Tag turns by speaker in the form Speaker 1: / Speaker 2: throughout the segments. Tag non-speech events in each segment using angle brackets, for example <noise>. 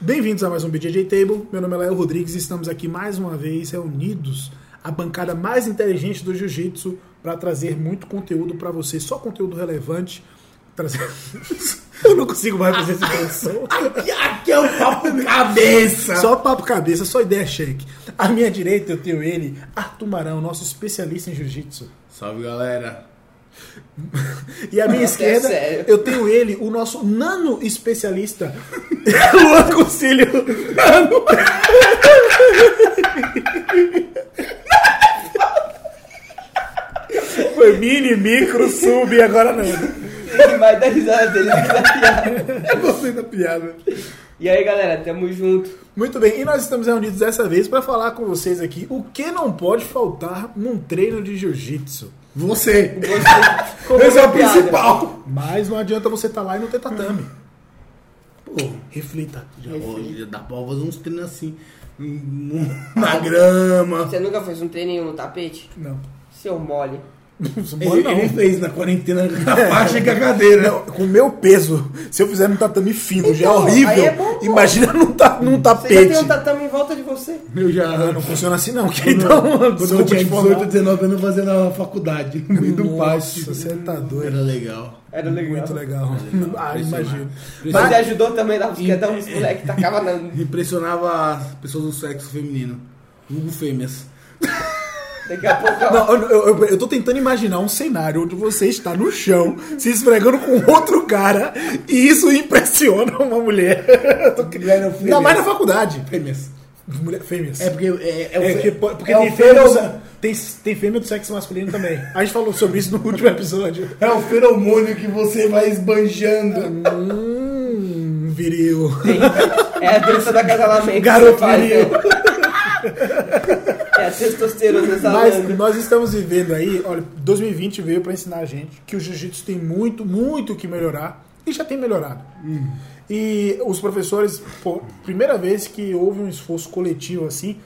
Speaker 1: Bem-vindos a mais um BJJ Table. Meu nome é Léo Rodrigues e estamos aqui mais uma vez reunidos, a bancada mais inteligente do Jiu-Jitsu, para trazer muito conteúdo para você, só conteúdo relevante. Trazer... <laughs> Eu não consigo mais fazer essa introdução.
Speaker 2: Aqui, aqui é o papo cabeça!
Speaker 1: Só papo cabeça, só ideia shake. À minha direita eu tenho ele, Arthur Marão, nosso especialista em jiu-jitsu.
Speaker 2: Salve galera!
Speaker 1: E à minha
Speaker 3: Nossa, é
Speaker 1: esquerda
Speaker 3: sério.
Speaker 1: eu tenho ele, o nosso nano <laughs> especialista, Luan Concílio. Nano. Foi mini, micro, sub, agora não.
Speaker 3: Vai dar risada dele. vai dar piada.
Speaker 1: Eu gostei da piada.
Speaker 3: E aí, galera, tamo junto.
Speaker 1: Muito bem, e nós estamos reunidos dessa vez para falar com vocês aqui o que não pode faltar num treino de jiu-jitsu.
Speaker 2: Você!
Speaker 3: Você comeu
Speaker 2: Esse é o
Speaker 3: minha piada.
Speaker 2: principal!
Speaker 1: Mas não adianta você estar lá e não ter tatame. Pô, reflita.
Speaker 2: Hoje dá pra fazer uns treinos assim. hum, Na grama.
Speaker 3: Você nunca fez um treininho no tapete?
Speaker 1: <laughs> Não.
Speaker 3: Seu mole.
Speaker 2: Ele, ele fez na quarentena na faixa e com a cadeira.
Speaker 1: Não, com o meu peso, se eu fizer num tatame fino, já é
Speaker 3: Então, aí
Speaker 1: horrível.
Speaker 3: é bom, pô.
Speaker 1: Imagina num, ta, num
Speaker 3: Você já
Speaker 1: tapete.
Speaker 3: tem um tatame em volta de você?
Speaker 2: Eu já.
Speaker 1: Ah, não funciona assim não, queridão.
Speaker 2: Quando eu tinha 18, 19 anos fazendo a faculdade, no meio do
Speaker 1: Nossa,
Speaker 2: pátio.
Speaker 1: você tá doido.
Speaker 2: Era legal.
Speaker 3: Era legal.
Speaker 1: é Muito legal. <laughs> Ah, imagino.
Speaker 3: Mas você ajudou também na bicicleta, uns moleques tacava na...
Speaker 2: Impressionava as pessoas do sexo feminino. Hugo Fêmeas.
Speaker 3: Daqui a pouco... ó,
Speaker 1: Não, eu, eu, eu tô tentando imaginar um cenário onde você está no chão, se esfregando com outro cara, e isso impressiona uma mulher. Eu tô criando-
Speaker 2: Mulher não
Speaker 1: Ainda mais na faculdade.
Speaker 2: Fêmeas.
Speaker 1: Mulher, fêmeas.
Speaker 2: É porque é, é o
Speaker 1: É,
Speaker 2: fe-
Speaker 1: porque, po- porque
Speaker 2: é o
Speaker 1: tem, fêmea do, se- tem, tem fêmea do sexo masculino também. A gente falou sobre isso no último episódio.
Speaker 2: É o feromônio que você vai esbanjando.
Speaker 1: Hum, viril.
Speaker 3: É a dança do acasalamento.
Speaker 1: Garoto
Speaker 3: que você faz,
Speaker 1: viril.
Speaker 3: né? É a
Speaker 1: <laughs>
Speaker 3: testosterona
Speaker 1: Mas
Speaker 3: exalando.
Speaker 1: nós estamos vivendo aí, olha, 2020 veio pra ensinar a gente que o jiu-jitsu tem muito, muito o que melhorar e já tem melhorado. E os professores, pô, primeira vez que houve um esforço coletivo assim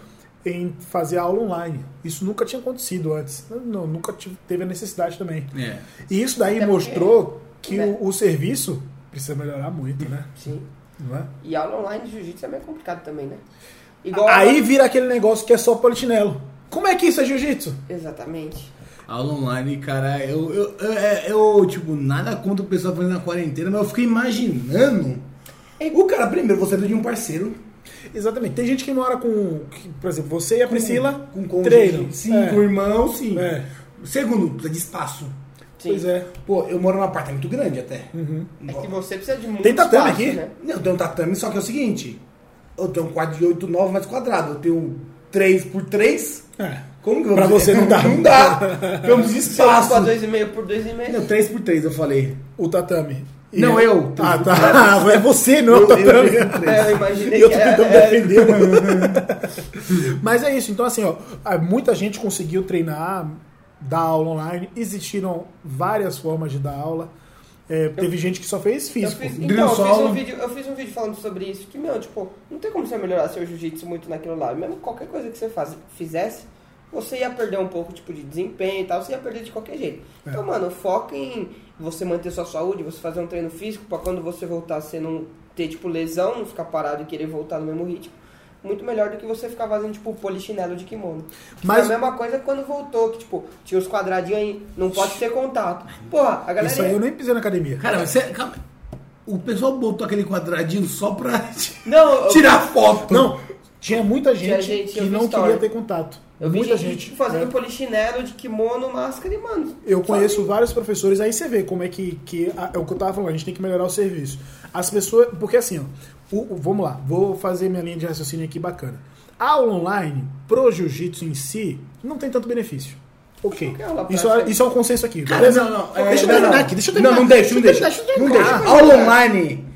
Speaker 1: em fazer aula online. Isso nunca tinha acontecido antes. Não, nunca tive- teve a necessidade também.
Speaker 2: É.
Speaker 1: E isso daí
Speaker 3: Até porque-
Speaker 1: mostrou que
Speaker 3: né?
Speaker 1: o, o serviço precisa melhorar muito, né?
Speaker 3: Sim.
Speaker 1: Não é?
Speaker 3: E aula online de jiu-jitsu é meio complicado também, né? Igual...
Speaker 1: Aí vira aquele negócio que é só polichinelo. Como é que isso é jiu-jitsu?
Speaker 3: Exatamente.
Speaker 2: Aula online, cara, eu, eu, eu, é- eu, tipo, nada contra o pessoal fazendo na quarentena, mas eu fiquei imaginando.
Speaker 1: É.
Speaker 2: O cara, primeiro, você precisa de um parceiro.
Speaker 1: Exatamente. Tem gente que mora com, que, por exemplo, você e a Priscila
Speaker 2: com cônjuge.
Speaker 1: treinam.
Speaker 2: Sim,
Speaker 1: É.
Speaker 2: com irmão, sim.
Speaker 1: É.
Speaker 2: Segundo, precisa de espaço.
Speaker 3: Sim.
Speaker 1: Pois é.
Speaker 2: Pô, eu moro num apartamento grande até.
Speaker 1: Uhum.
Speaker 3: É que você precisa de muito
Speaker 1: Tem tatame
Speaker 3: espaço,
Speaker 1: aqui?
Speaker 3: né?
Speaker 2: Eu tenho um tatame, só que é o seguinte: eu tenho um quadro de 8, 9 metros quadrados. Eu tenho 3 por 3.
Speaker 1: É.
Speaker 2: Como que eu vou
Speaker 1: Pra
Speaker 2: fazer?
Speaker 1: você não dá.
Speaker 2: Não dá.
Speaker 1: <laughs>
Speaker 2: Temos espaço.
Speaker 3: Só 2,5 por 2,5.
Speaker 2: Não, 3 por 3 eu falei.
Speaker 1: O tatame.
Speaker 2: Não, eu.
Speaker 1: <laughs> Ah, tá. É você, não é o
Speaker 2: Eu- eu-
Speaker 1: tatame.
Speaker 2: eu- é,
Speaker 3: É, eu imaginei
Speaker 1: E <laughs> eu
Speaker 3: que
Speaker 1: tô
Speaker 3: era- é.
Speaker 1: tentando
Speaker 3: era-
Speaker 1: defender. né?
Speaker 2: <laughs>
Speaker 1: Mas é isso. Então, assim, ó, ah, muita gente conseguiu treinar, dar aula online. Existiram várias formas de dar aula. É, teve gente que só fez
Speaker 3: Eu
Speaker 1: físico.
Speaker 3: fiz,
Speaker 2: Drill
Speaker 3: então, eu fiz,
Speaker 2: solo.
Speaker 3: um vídeo, eu fiz um vídeo falando sobre isso, que, meu, tipo, não tem como você melhorar seu jiu-jitsu muito naquilo lá. Mesmo qualquer coisa que você faz, fizesse, você ia perder um pouco, tipo, de desempenho e tal, você ia perder de qualquer jeito.
Speaker 1: É.
Speaker 3: Então, mano, foca em você manter sua saúde, você fazer um treino físico, pra quando você voltar, você não ter, tipo, lesão, não ficar parado e querer voltar no mesmo ritmo. Muito melhor do que você ficar fazendo, tipo, polichinelo de kimono.
Speaker 1: Mas-
Speaker 3: Mas... a mesma coisa que quando voltou, que, tipo, tinha os quadradinhos aí, não pode ter contato. Porra, a galera...
Speaker 1: Isso aí eu nem pisei na academia.
Speaker 2: <laughs> Cara, mas você. Calma. O pessoal botou aquele quadradinho só pra <laughs>
Speaker 3: Não, eu-
Speaker 2: tirar foto.
Speaker 1: Não, tinha muita gente,
Speaker 3: Tinha gente,
Speaker 1: que
Speaker 3: eu vi
Speaker 1: não
Speaker 3: story.
Speaker 1: queria ter contato.
Speaker 3: Eu vi
Speaker 1: muita
Speaker 3: gente,
Speaker 1: gente.
Speaker 3: tipo, fazendo
Speaker 1: né?
Speaker 3: polichinelo de kimono, máscara e, mano.
Speaker 1: Eu
Speaker 3: sabe?
Speaker 1: conheço vários professores, aí você vê como é que. que a- é o que eu tava falando, a gente tem que melhorar o serviço. As pessoas. Porque assim, ó, o- o- vamos lá, vou fazer minha linha de raciocínio aqui bacana. A aula online, pro jiu-jitsu em si, não tem tanto benefício. Ok.
Speaker 3: Qualquer aula
Speaker 1: Isso é,
Speaker 3: prática.
Speaker 1: isso é um consenso aqui.
Speaker 2: Cara,
Speaker 1: beleza?
Speaker 2: não, não. é,
Speaker 1: Deixa eu
Speaker 2: não,
Speaker 1: terminar
Speaker 2: não.
Speaker 1: aqui, deixa eu terminar.
Speaker 2: Não, não deixa, não deixa.
Speaker 1: eu
Speaker 2: Não
Speaker 1: terminar.
Speaker 2: deixa. Aula online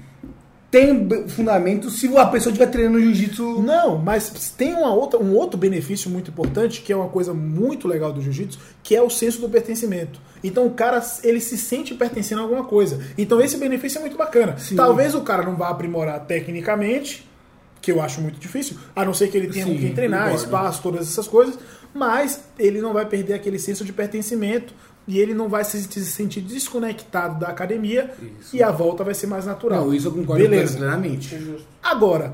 Speaker 2: tem b- fundamento se a pessoa estiver treinando jiu-jitsu.
Speaker 1: Não, mas tem uma outra, um outro benefício muito importante, que é uma coisa muito legal do jiu-jitsu, que é o senso do pertencimento. Então o cara, ele se sente pertencendo a alguma coisa. Então esse benefício é muito bacana. Talvez o cara não vá aprimorar tecnicamente, que eu acho muito difícil, a não ser que ele tenha com
Speaker 2: Sim,
Speaker 1: quem treinar,
Speaker 2: concordo.
Speaker 1: espaço, todas essas coisas, mas ele não vai perder aquele senso de pertencimento e ele não vai se se sentir desconectado da academia
Speaker 2: Isso.
Speaker 1: e a volta vai ser mais natural.
Speaker 2: Não, isso eu concordo né?
Speaker 1: Beleza. É
Speaker 2: plenamente.
Speaker 3: Justo.
Speaker 1: Agora,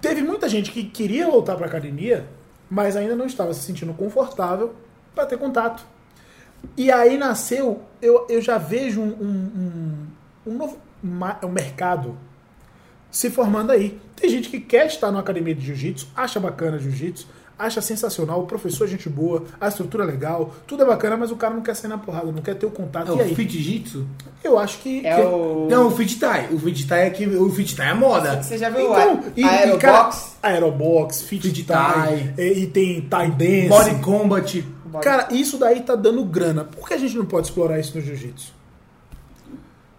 Speaker 1: teve muita gente que queria voltar para academia, mas ainda não estava se sentindo confortável para ter contato. E aí nasceu, eu, eu já vejo um, um, um, um novo ma- um mercado se formando aí. Tem gente que quer estar numa academia de jiu-jitsu, acha bacana jiu-jitsu, acha sensacional, o professor é gente boa, a estrutura é legal, tudo é bacana, mas o cara não quer sair na porrada, não quer ter o contato.
Speaker 2: É
Speaker 1: e
Speaker 2: o
Speaker 1: aí?
Speaker 2: fit jitsu?
Speaker 1: Eu acho que.
Speaker 3: É
Speaker 1: um que-
Speaker 3: o.
Speaker 2: Não, o fit tie. O fit tie é que o fit tie é moda.
Speaker 3: Você já viu
Speaker 1: Então,
Speaker 3: o
Speaker 1: e,
Speaker 3: a-
Speaker 1: e, cara,
Speaker 3: Aerobox?
Speaker 1: Aerobox, Fit,
Speaker 2: Fit
Speaker 1: Tie, e, e tem Tie Dance.
Speaker 2: Body combat.
Speaker 1: Cara, isso daí tá dando grana. Por que a gente não pode explorar isso no jiu-jitsu?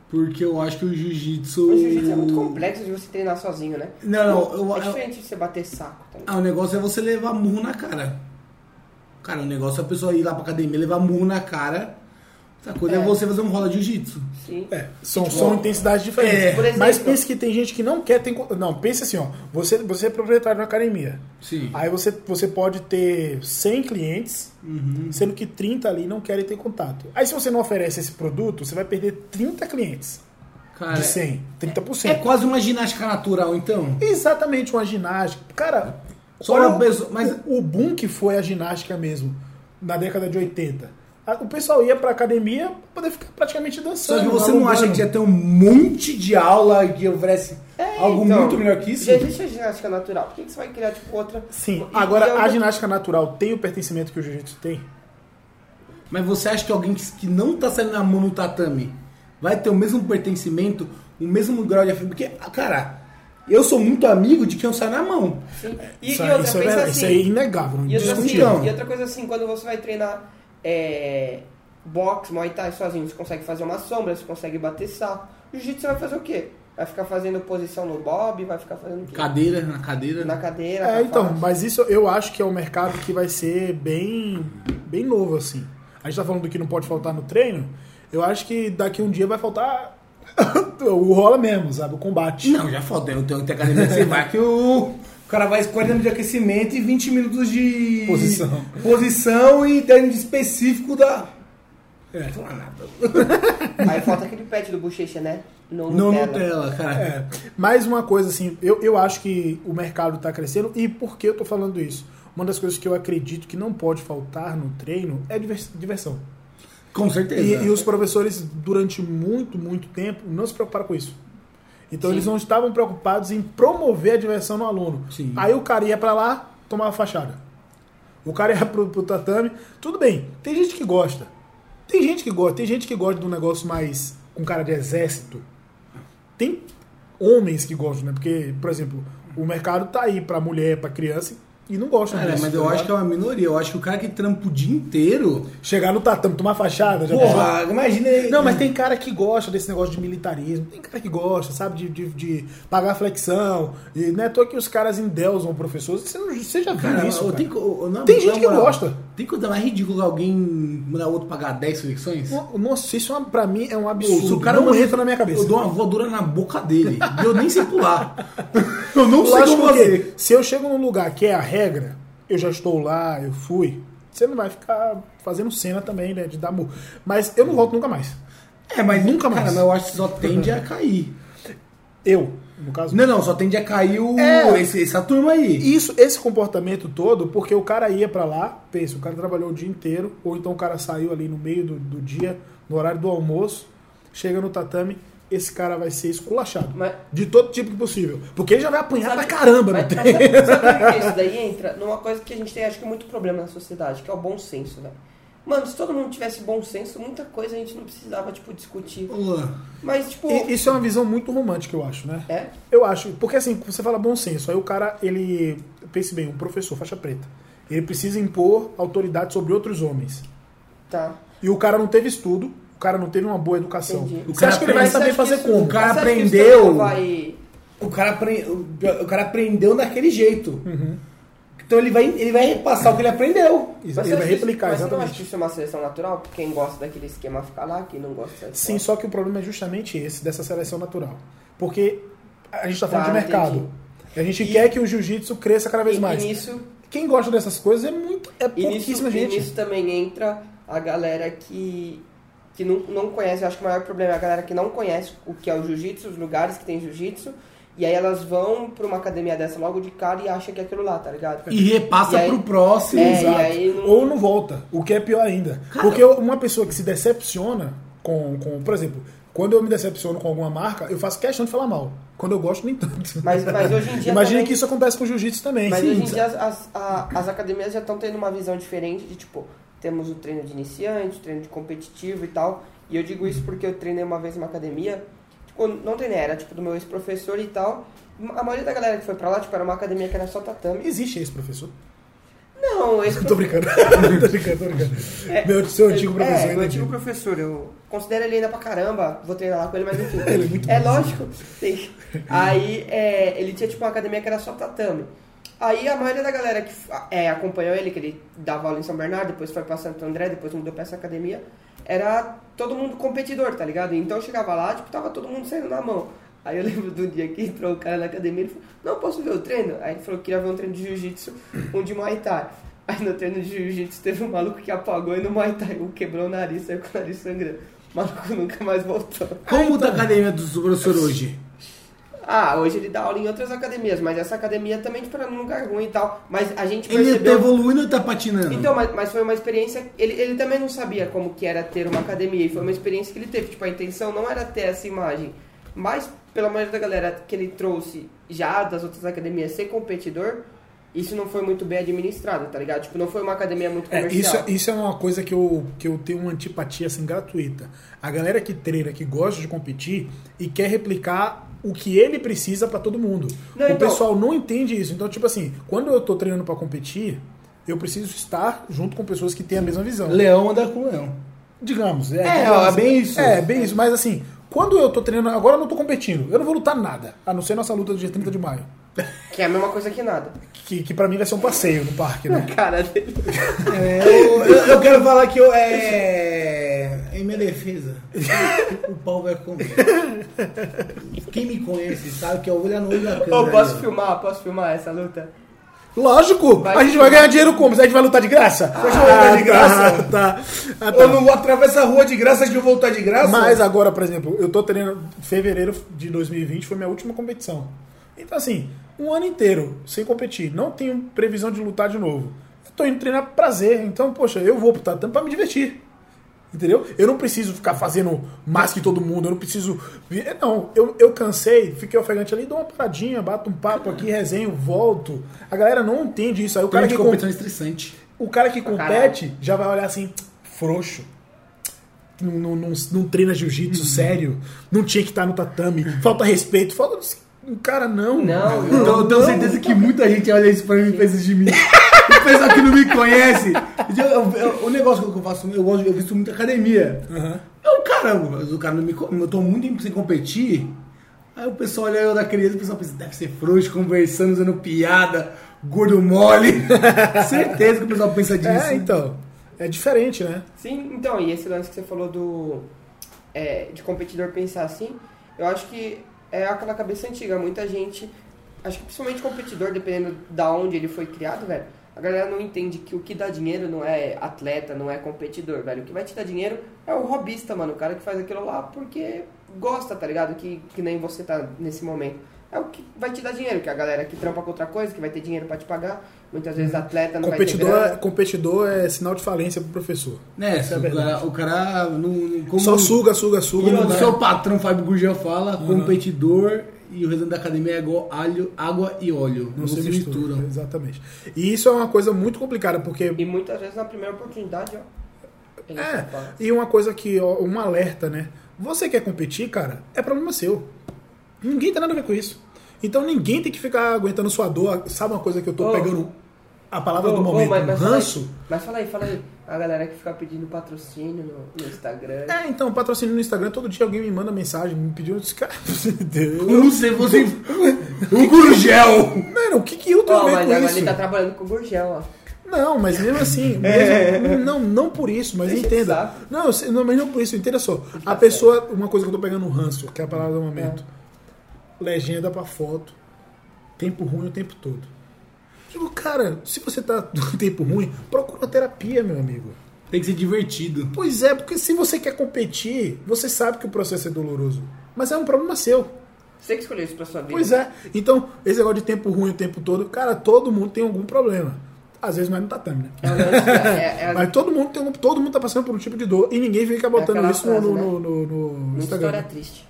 Speaker 2: Porque eu acho que o jiu-jitsu.
Speaker 3: O jiu-jitsu é muito complexo de você treinar sozinho, né?
Speaker 2: Não, não, eu-
Speaker 3: é
Speaker 2: eu-
Speaker 3: diferente de você bater saco. Tá ligado?
Speaker 2: Ah, o negócio é você levar murro na cara. Cara, o negócio é a pessoa ir lá pra academia e levar murro na cara. Outra coisa é,
Speaker 3: É.
Speaker 2: você fazer um rola de jiu-jitsu.
Speaker 3: Sim.
Speaker 1: É, são, são intensidades diferentes.
Speaker 2: É.
Speaker 3: Por exemplo-
Speaker 1: Mas pense que tem gente que não quer ter. co- Não, pense assim, ó. Você, você é proprietário de uma academia.
Speaker 2: Sim.
Speaker 1: Aí você, você pode ter 100 clientes,
Speaker 2: Uhum.
Speaker 1: sendo que 30 ali não querem ter contato. Aí se você não oferece esse produto, você vai perder 30 clientes
Speaker 2: Cara,
Speaker 1: de 100, 30%.
Speaker 2: é quase uma ginástica natural, então.
Speaker 1: Exatamente, uma ginástica. Cara,
Speaker 2: Só
Speaker 1: olha
Speaker 2: uma
Speaker 1: o-
Speaker 2: pessoa- mas-
Speaker 1: o, o boom que foi a ginástica mesmo, na década de 80. A- O pessoal ia pra academia pra poder ficar praticamente
Speaker 2: Só
Speaker 1: dançando.
Speaker 2: que você não acha
Speaker 1: alongando.
Speaker 2: que já tem um monte de aula que oferece
Speaker 3: É,
Speaker 2: algo
Speaker 3: então,
Speaker 2: muito melhor que isso?
Speaker 3: Já existe a ginástica natural. Por que, que você vai criar, tipo, outra?
Speaker 1: Sim,
Speaker 3: E- e
Speaker 1: agora a
Speaker 3: outra-
Speaker 1: ginástica natural tem o pertencimento que o jiu-jitsu tem?
Speaker 2: Mas você acha que alguém que, que não tá saindo na mão no tatame vai ter o mesmo pertencimento, o mesmo grau de afirma? Porque, ah, cara, eu sou muito amigo de quem eu saio na mão.
Speaker 3: Sim. E,
Speaker 1: isso,
Speaker 3: e
Speaker 1: é-
Speaker 3: outra,
Speaker 1: isso é,
Speaker 3: pensa
Speaker 1: verdade,
Speaker 3: assim.
Speaker 1: isso é inegável,
Speaker 3: E outra, assim,
Speaker 1: indiscutível.
Speaker 2: discutível.
Speaker 3: e outra coisa assim, quando você vai treinar é, boxe, muay thai sozinho, você consegue fazer uma sombra, você consegue bater saco. Jiu-jitsu você vai fazer o quê? Vai ficar fazendo posição no bob, vai ficar fazendo o quê?
Speaker 2: Cadeira, na cadeira. né?
Speaker 3: Na cadeira.
Speaker 1: É,
Speaker 3: na
Speaker 1: então,
Speaker 3: faixa.
Speaker 1: mas isso eu acho que é um mercado que vai ser bem, bem novo, assim. A gente tá falando do que não pode faltar no treino. Eu acho que daqui um dia vai faltar <laughs> o rola mesmo, sabe? O combate.
Speaker 2: Não, já falta. Eu tenho que ter academia que você vai que o, o cara vai 40 minutos de aquecimento e 20 minutos de
Speaker 1: Posição.
Speaker 2: posição e dando de específico da.
Speaker 1: É.
Speaker 2: Fala nada.
Speaker 3: Aí falta aquele pet do bochecha, né? No
Speaker 2: Não
Speaker 3: Nutella.
Speaker 2: Nutella, cara.
Speaker 1: É, mais uma coisa assim, eu, eu acho que o mercado está crescendo e por que eu tô falando isso? Uma das coisas que eu acredito que não pode faltar no treino é divers- diversão.
Speaker 2: Com
Speaker 1: E,
Speaker 2: certeza.
Speaker 1: e os professores, durante muito, muito tempo, não se preocuparam com isso. Então
Speaker 3: Sim.
Speaker 1: eles não estavam preocupados em promover a diversão no aluno.
Speaker 2: Sim.
Speaker 1: Aí o cara ia pra lá, tomava fachada. O cara ia pro, pro tatame. Tudo bem, tem gente que gosta. Tem gente que gosta, tem gente que gosta de um negócio mais com cara de exército. Tem homens que gostam, né? Porque, por exemplo, o mercado tá aí pra mulher, pra criança e não gostam
Speaker 2: Cara,
Speaker 1: disso,
Speaker 2: mas
Speaker 1: tá
Speaker 2: eu acho que é
Speaker 1: ligado?
Speaker 2: uma minoria. Eu acho que o cara que trampa o dia inteiro.
Speaker 1: chegar no tatame, tomar fachada, já pensou?
Speaker 2: Porra, imagina ele.
Speaker 1: Não, mas tem cara que gosta desse negócio de militarismo, tem cara que gosta, sabe, de, de, de pagar flexão. E não é à toa que os caras endeusam professores. Você, não, você já viu
Speaker 2: Cara,
Speaker 1: isso?
Speaker 2: eu
Speaker 1: cara?
Speaker 2: tenho que- eu- na-
Speaker 1: Tem
Speaker 2: na
Speaker 1: gente que
Speaker 2: moral,
Speaker 1: gosta.
Speaker 2: Tem coisa mais ridícula que é alguém mandar outro pagar 10 flexões?
Speaker 1: No- Nossa, isso é uma- pra mim é um absurdo.
Speaker 2: Se o cara
Speaker 1: não
Speaker 2: manda-
Speaker 1: entra na minha cabeça.
Speaker 2: Eu dou uma voadora na boca dele. e eu nem sei <laughs> pular. Eu não sei
Speaker 1: Lógico
Speaker 2: como
Speaker 1: que
Speaker 2: fazer.
Speaker 1: se eu chego num lugar que é a regra, eu já estou lá, eu fui. Você não vai ficar fazendo cena também, né? De dar murro. Mas eu não volto nunca mais.
Speaker 2: É, mas
Speaker 1: Nunca mais.
Speaker 2: Cara, mas eu acho que só tende a cair.
Speaker 1: Eu, no caso.
Speaker 2: Não, não, só tende a cair o,
Speaker 1: É.
Speaker 2: esse- essa turma aí.
Speaker 1: Isso, esse comportamento todo, porque o cara ia pra lá, pensa, o cara trabalhou o dia inteiro, ou então o cara saiu ali no meio do, do dia, no horário do almoço, chega no tatame, esse cara vai ser esculachado.
Speaker 3: Mas-
Speaker 1: De todo tipo que possível. Porque ele já vai apanhar
Speaker 3: Sabe-
Speaker 1: pra caramba,
Speaker 3: mas, tá
Speaker 1: não tem?
Speaker 3: mas sabe, sabe por que isso daí entra numa coisa que a gente tem, acho que, muito problema na sociedade, que é o bom senso, velho. Mano, se todo mundo tivesse bom senso, muita coisa a gente não precisava, tipo, discutir. Mas, tipo...
Speaker 1: E- Isso é uma visão muito romântica, eu acho, né?
Speaker 3: É?
Speaker 1: Eu acho, porque assim, você fala bom senso, aí o cara, ele, pense bem, um professor, faixa preta, ele precisa impor autoridade sobre outros homens.
Speaker 3: Tá.
Speaker 1: E o cara não teve estudo, o cara não teve uma boa educação.
Speaker 3: Entendi.
Speaker 1: Você acha que ele vai
Speaker 2: aprende-
Speaker 1: saber
Speaker 3: Você acha que
Speaker 1: fazer
Speaker 3: isso-
Speaker 1: como?
Speaker 2: O cara
Speaker 3: você acha que isso
Speaker 2: aprendeu-
Speaker 3: também não vai-
Speaker 2: O cara, apre- o- o cara aprendeu daquele jeito. Então ele vai, ele vai repassar o que ele aprendeu.
Speaker 1: Ele
Speaker 3: Mas
Speaker 1: vai
Speaker 3: você acha que isso-
Speaker 1: replicar,
Speaker 3: Mas você não acha que
Speaker 1: exatamente.
Speaker 3: isso é uma seleção natural? Quem gosta daquele esquema fica lá, quem não gosta... sai
Speaker 1: Sim,
Speaker 3: fora.
Speaker 1: só que o problema é justamente esse, dessa seleção natural. Porque a gente está
Speaker 3: Tá,
Speaker 1: falando de mercado. A gente quer que o jiu-jitsu cresça cada vez
Speaker 3: E-
Speaker 1: mais.
Speaker 3: E nisso,
Speaker 1: Quem gosta dessas coisas é muito, é
Speaker 3: e nisso,
Speaker 1: pouquíssima
Speaker 3: e
Speaker 1: gente.
Speaker 3: nisso também entra a galera que, que não, não conhece, eu acho que o maior problema é a galera que não conhece o que é o jiu-jitsu, os lugares que tem jiu-jitsu, e aí elas vão pra uma academia dessa logo de cara e acham que é aquilo lá, tá ligado?
Speaker 2: E repassa
Speaker 3: E aí-
Speaker 2: pro próximo.
Speaker 3: É,
Speaker 1: Exato.
Speaker 3: e aí não-
Speaker 1: Ou não volta, o que é pior ainda. Porque uma pessoa que se decepciona com, com. Por exemplo, quando eu me decepciono com alguma marca, eu faço questão de falar mal. Quando eu gosto, nem tanto.
Speaker 3: Mas, mas hoje em dia.
Speaker 1: Imagina
Speaker 3: também-
Speaker 1: que isso acontece com o jiu-jitsu também.
Speaker 3: Mas
Speaker 1: Sim,
Speaker 3: hoje em dia as, as- a- as academias já estão tendo uma visão diferente de tipo, temos o treino de iniciante, o treino de competitivo e tal. E eu digo isso porque eu treinei uma vez numa academia, tipo, não treinei, era tipo do meu ex-professor e tal. A maioria da galera que foi pra lá, tipo, era uma academia que era só tatame.
Speaker 1: Existe esse
Speaker 3: <laughs>
Speaker 1: professor?
Speaker 3: Não, esse
Speaker 1: Tô brincando. tô brincando, tô brincando. meu seu antigo professor
Speaker 3: É,
Speaker 1: ainda
Speaker 3: meu
Speaker 1: aqui.
Speaker 3: antigo professor, eu considero ele ainda pra caramba, vou treinar lá com ele, mas enfim.
Speaker 1: <laughs> Ele é muito bonzinho.
Speaker 3: lógico. Sim. Aí é, ele tinha tipo uma academia que era só tatame. Aí a maioria da galera que é, acompanhou ele, que ele dava aula em São Bernardo, depois foi pra Santo André, depois mudou pra essa academia, era todo mundo competidor, tá ligado? Então eu chegava lá, tipo, tava todo mundo saindo na mão. Aí eu lembro do dia que entrou o cara na academia, ele falou, não, posso ver o treino? Aí ele falou que queria ver um treino de jiu-jitsu, um de Muay Thai. Aí no treino de jiu-jitsu teve um maluco que apagou e no Muay Thai um quebrou o nariz, saiu com o nariz sangrando. O maluco nunca mais voltou.
Speaker 2: Como tá a academia do professor hoje?
Speaker 3: Ah, hoje ele dá aula em outras academias, mas essa academia também tipo, era num lugar ruim e tal. Mas a gente
Speaker 2: Ele tá
Speaker 3: percebeu...
Speaker 2: evoluindo ou tá patinando?
Speaker 3: Então, mas, mas foi uma experiência. Ele, ele também não sabia como que era ter uma academia, e foi uma experiência que ele teve. Tipo, a intenção não era ter essa imagem, mas pela maioria da galera que ele trouxe já das outras academias ser competidor, isso não foi muito bem administrado, tá ligado? Tipo, não foi uma academia muito
Speaker 1: É,
Speaker 3: comercial.
Speaker 1: isso, isso é uma coisa que eu, que eu tenho uma antipatia assim, gratuita. A galera que treina, que gosta de competir e quer replicar o que ele precisa pra todo mundo.
Speaker 3: Não,
Speaker 1: o
Speaker 3: então-
Speaker 1: pessoal não entende isso. Então, tipo assim, quando eu tô treinando pra competir, eu preciso estar junto com pessoas que têm a mesma visão.
Speaker 2: Leão anda com leão.
Speaker 1: digamos. É,
Speaker 2: É,
Speaker 1: digamos,
Speaker 2: ó, é bem isso.
Speaker 1: É, bem isso. Mas assim, quando eu tô treinando, agora eu não tô competindo. Eu não vou lutar nada, a não ser nossa luta do dia 30 de maio.
Speaker 3: Que é a mesma coisa que nada.
Speaker 1: Que, que pra mim vai ser um passeio no parque, né?
Speaker 3: Cara dele.
Speaker 2: É, eu, eu- eu quero falar que eu. É. Em minha defesa, o pau vai comer. Quem me conhece sabe que eu olho no olho da câmera.
Speaker 3: Ô, posso
Speaker 2: ali, ó.
Speaker 3: filmar? Posso filmar essa luta?
Speaker 1: Lógico!
Speaker 3: Vai
Speaker 1: a gente
Speaker 3: que
Speaker 1: vai
Speaker 3: vai.
Speaker 1: ganhar dinheiro como? A gente vai lutar de graça?
Speaker 2: Mas eu vou lutar de
Speaker 1: Tá,
Speaker 2: graça.
Speaker 1: tá. Ah, tá.
Speaker 2: Eu não vou atravessar a rua de graça que eu vou estar de graça?
Speaker 1: Mas agora, por exemplo, eu tô treinando. Fevereiro de 2020 foi minha última competição. Então, assim, um ano inteiro sem competir. Não tenho previsão de lutar de novo. Eu tô indo treinar prazer. Então, poxa, eu vou pro tatame pra me divertir. Entendeu? Eu não preciso ficar fazendo mais que todo mundo, eu não preciso. É, Não, eu, eu cansei, fiquei ofegante ali, dou uma paradinha, bato um papo aqui, resenho, volto. A galera não entende isso. Aí o cara
Speaker 2: Treino de
Speaker 1: que
Speaker 2: competição estressante.
Speaker 1: o cara que
Speaker 3: caralho.
Speaker 1: compete já vai olhar assim, frouxo. Não, não, não- não treina jiu-jitsu
Speaker 2: Uhum.
Speaker 1: sério. Não tinha que estar no tatame. Falta respeito. Falta. O cara não.
Speaker 3: Não, não.
Speaker 2: Então, eu tenho certeza que muita gente olha isso pra mim e pensa de mim. O pessoal que não me conhece. Eu- eu- eu- o negócio que eu faço, eu gosto, eu visto muita academia. Eu, caramba, mas o cara não me co- Eu tô muito tempo sem competir. Aí o pessoal olha eu da criança, o pessoal pensa, deve ser frouxo, conversando, usando piada,
Speaker 1: <laughs>
Speaker 2: gordo mole. certeza que o pessoal pensa disso.
Speaker 1: É, então. É diferente, né?
Speaker 3: Sim, então, e esse lance que você falou do é, de competidor pensar assim, eu acho que é aquela cabeça antiga. Muita gente, acho que principalmente competidor, dependendo da onde ele foi criado, velho, a galera não entende que o que dá dinheiro não é atleta, não é competidor, velho. O que vai te dar dinheiro é o robista, mano, o cara que faz aquilo lá porque gosta, tá ligado? Que, que nem você tá nesse momento. É o que vai te dar dinheiro, que é a galera que trampa com outra coisa, que vai ter dinheiro pra te pagar. Muitas vezes atleta não
Speaker 1: Uhum. Competidor,
Speaker 3: vai ter
Speaker 1: é-
Speaker 3: grana.
Speaker 1: competidor é sinal de falência pro professor.
Speaker 2: Né, se
Speaker 1: É
Speaker 2: o,
Speaker 1: verdade.
Speaker 2: cara, o cara não- não- como-
Speaker 1: Só suga, suga, suga.
Speaker 2: Como
Speaker 1: não
Speaker 2: o
Speaker 1: dá.
Speaker 2: seu patrão Fábio Gurgel fala, competidor e o restante da academia é igual alho, água e óleo. Não, se misturam.
Speaker 1: Exatamente. E isso é uma coisa muito complicada, porque
Speaker 3: E muitas vezes na primeira oportunidade, ó. Ele
Speaker 1: É,
Speaker 3: fala.
Speaker 1: e uma coisa que, ó, um alerta, né? Você quer competir, cara, é problema seu. Ninguém tem nada a ver com isso. Então ninguém tem que ficar aguentando sua dor. Sabe uma coisa que eu tô
Speaker 3: Ô.
Speaker 1: pegando a palavra
Speaker 3: Ô,
Speaker 1: do
Speaker 3: ô,
Speaker 1: momento?
Speaker 3: mas, mas
Speaker 1: ranço?
Speaker 3: Fala aí, mas fala aí, fala aí. A galera que fica pedindo patrocínio no, no Instagram.
Speaker 1: É, então, patrocínio no Instagram, todo dia alguém me manda mensagem, me pedindo. Cara, <laughs> meu Deus.
Speaker 2: Eu não sei, você. <laughs> o Gurgel!
Speaker 1: Mano, o que, que eu tenho
Speaker 3: Ó,
Speaker 1: a ver
Speaker 3: mas
Speaker 1: com
Speaker 3: agora
Speaker 1: isso?
Speaker 3: ele tá trabalhando com o Gurgel, ó.
Speaker 1: Não, mas mesmo
Speaker 3: <laughs>
Speaker 1: assim, mesmo- não, não por isso, mas
Speaker 3: Deixa de
Speaker 1: entenda.
Speaker 3: saco.
Speaker 1: Não, eu sei- não, mas não por isso, entenda só. A pessoa, uma coisa que eu tô pegando no ranço, que é a palavra do momento. Legenda pra foto, tempo ruim o tempo <laughs> todo. Digo, cara, se você tá no tempo ruim, procura uma terapia, meu amigo.
Speaker 2: Tem que ser divertido.
Speaker 1: Pois é, porque se você quer competir, você sabe que o processo é doloroso. Mas é um problema seu.
Speaker 3: Você que escolheu isso pra sua vida.
Speaker 1: Pois é. Então, esse negócio de tempo ruim o tempo todo, cara, todo mundo tem algum problema. Às vezes mais no tatame, né?
Speaker 3: É o lance da- é- é a-
Speaker 1: Mas todo mundo tem um- todo mundo tá passando por um tipo de dor e ninguém fica botando
Speaker 3: aquela
Speaker 1: isso no,
Speaker 3: frase,
Speaker 1: no,
Speaker 3: né?
Speaker 1: no- no- no
Speaker 3: uma história
Speaker 1: Instagram.
Speaker 3: triste.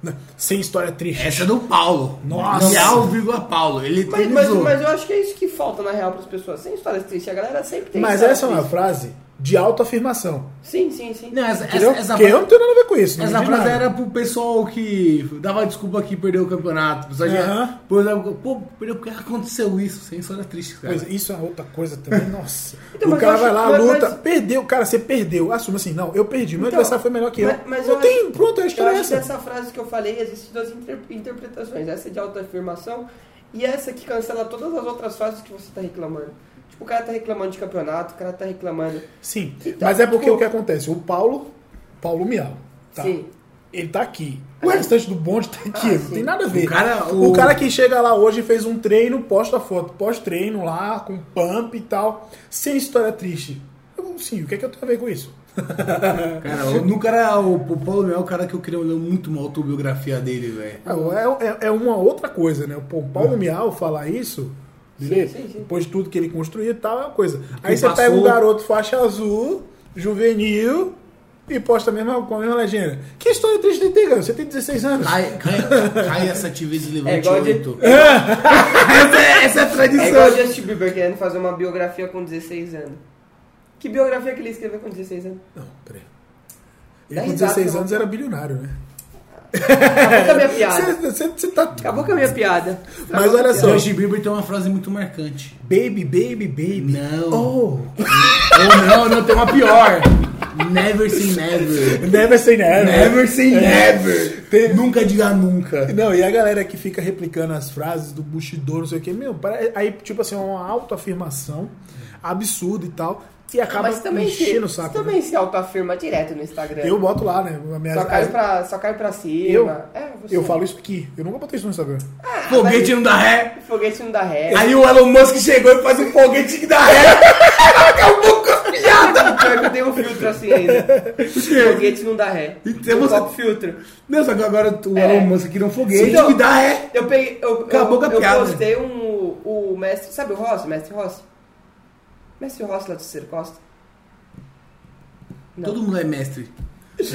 Speaker 1: Não, Sem história triste.
Speaker 2: Essa é do Paulo. é
Speaker 1: Nossa.
Speaker 2: Real, vírgula Paulo. Ele
Speaker 3: Mas,
Speaker 2: tem
Speaker 3: mas, mas eu acho que é isso que falta, na real, pras pessoas. Sem histórias tristes. A galera sempre tem
Speaker 1: Mas
Speaker 3: história
Speaker 1: essa é uma
Speaker 3: triste.
Speaker 1: frase de autoafirmação.
Speaker 3: Sim, sim, sim.
Speaker 2: Não, essa, essa,
Speaker 1: Entendeu?
Speaker 2: essa,
Speaker 1: Porque eu não tenho nada a ver com isso. não
Speaker 2: essa
Speaker 1: entendi
Speaker 2: frase
Speaker 1: nada.
Speaker 2: era pro pessoal que dava desculpa que perdeu o campeonato. O pessoal
Speaker 1: Aham.
Speaker 2: já, pô, dava- pô, perdeu porque aconteceu isso. Sem história triste, cara.
Speaker 1: Pois, isso é outra coisa
Speaker 2: <laughs>
Speaker 1: também, nossa.
Speaker 3: Então,
Speaker 1: o
Speaker 3: mas
Speaker 1: cara
Speaker 3: eu
Speaker 1: vai
Speaker 3: acho-
Speaker 1: lá,
Speaker 3: mas-
Speaker 1: luta,
Speaker 3: mas-
Speaker 1: perdeu, cara, você perdeu. Assuma assim, não, eu perdi, meu
Speaker 3: Então,
Speaker 1: adversário foi melhor que eu.
Speaker 3: mas- mas
Speaker 1: não
Speaker 3: eu
Speaker 1: tem,
Speaker 3: acho-
Speaker 1: pronto, a
Speaker 3: Eu
Speaker 1: história é
Speaker 3: acho que
Speaker 1: essa.
Speaker 3: essa frase que eu falei, existem duas inter- interpretações. Essa de autoafirmação e essa que cancela todas as outras frases que você tá reclamando. Tipo, o cara tá reclamando de campeonato, o cara tá reclamando...
Speaker 1: Sim,
Speaker 3: Então,
Speaker 1: mas é porque
Speaker 3: tipo-
Speaker 1: o que acontece? O Paulo, Paulo Miau, tá? <laughs>
Speaker 3: Sim.
Speaker 1: Ele tá aqui. O restante do bonde tá aqui,
Speaker 3: Ah,
Speaker 1: não
Speaker 3: sim.
Speaker 1: tem nada a ver.
Speaker 2: O cara-
Speaker 1: o...
Speaker 2: o-
Speaker 1: cara que chega lá hoje e fez um treino, posta foto pós-treino lá, com pump e tal, sem história triste. Eu, sim, o que é que eu tenho a ver com isso?
Speaker 2: Cara, eu nunca era. O, o Paulo Mel é o cara que eu queria ler muito uma autobiografia dele, velho.
Speaker 1: É, é- é uma outra coisa, né? O Paulo Miau falar isso, beleza?
Speaker 3: sim, sim.
Speaker 1: depois de tudo que ele construiu e tal, é uma coisa. Aí você
Speaker 2: passou-
Speaker 1: pega um garoto faixa azul, juvenil, e posta a mesma, com a mesma legenda. Que história triste ele tem, cara? Você tem 16 anos.
Speaker 2: Cai, <laughs> cai, cai essa tivez e
Speaker 3: É
Speaker 2: levante
Speaker 3: igual de-
Speaker 2: oito. essa, é- essa é a
Speaker 3: É igual o
Speaker 2: tradição.
Speaker 3: Justin Bieber querendo fazer uma biografia com 16 anos. Que biografia que ele escreveu com 16 anos?
Speaker 1: Não, peraí. Ele
Speaker 3: Dá
Speaker 1: com
Speaker 3: risada,
Speaker 1: 16
Speaker 3: tá
Speaker 1: anos
Speaker 3: bom.
Speaker 1: era bilionário, né?
Speaker 3: Acabou com a
Speaker 1: <laughs>
Speaker 3: minha É piada.
Speaker 1: Você você- você tá.
Speaker 3: Acabou com a minha piada.
Speaker 1: Mas olha só.
Speaker 2: Justin Bieber tem uma frase muito marcante.
Speaker 1: Baby, baby, baby.
Speaker 2: Não.
Speaker 1: Oh.
Speaker 2: Ou não, não, tem uma pior. Never say never.
Speaker 1: Never say never.
Speaker 2: Never say
Speaker 1: É.
Speaker 2: never.
Speaker 1: Tem-
Speaker 2: Nunca diga nunca.
Speaker 1: Não, e a galera que fica replicando as frases do Bushido, não sei o que, meu, para- aí, tipo assim, é uma autoafirmação absurda e tal, e
Speaker 3: Ah,
Speaker 1: acaba
Speaker 3: mas também se,
Speaker 1: enchendo o saco. né?
Speaker 3: também se autoafirma direto no Instagram.
Speaker 1: Eu boto lá, né? a minha-
Speaker 3: Só cai, pra, só cai pra cima.
Speaker 1: Eu?
Speaker 3: É, você.
Speaker 1: Eu falo isso aqui, eu nunca botei isso no Instagram.
Speaker 2: Foguete não dá ré.
Speaker 3: Foguete não dá ré.
Speaker 2: Aí o Elon Musk chegou e faz um foguete que dá ré. Acabou com as piadas.
Speaker 3: Pior que eu tenho um filtro assim ainda. Foguete não dá ré.
Speaker 2: Então
Speaker 3: eu
Speaker 2: você-
Speaker 3: coloco filtro.
Speaker 2: Não, só que agora o
Speaker 3: É.
Speaker 2: Elon Musk queria um foguete
Speaker 3: Então-
Speaker 2: que dá ré.
Speaker 3: Eu peguei. Eu,
Speaker 2: Acabou
Speaker 3: eu,
Speaker 2: com a
Speaker 3: eu
Speaker 2: piada.
Speaker 3: postei um. O mestre. Sabe o Rossi? Mestre Rossi? Mestre Rossi lá do Ciro Costa? Não.
Speaker 2: Todo mundo é mestre.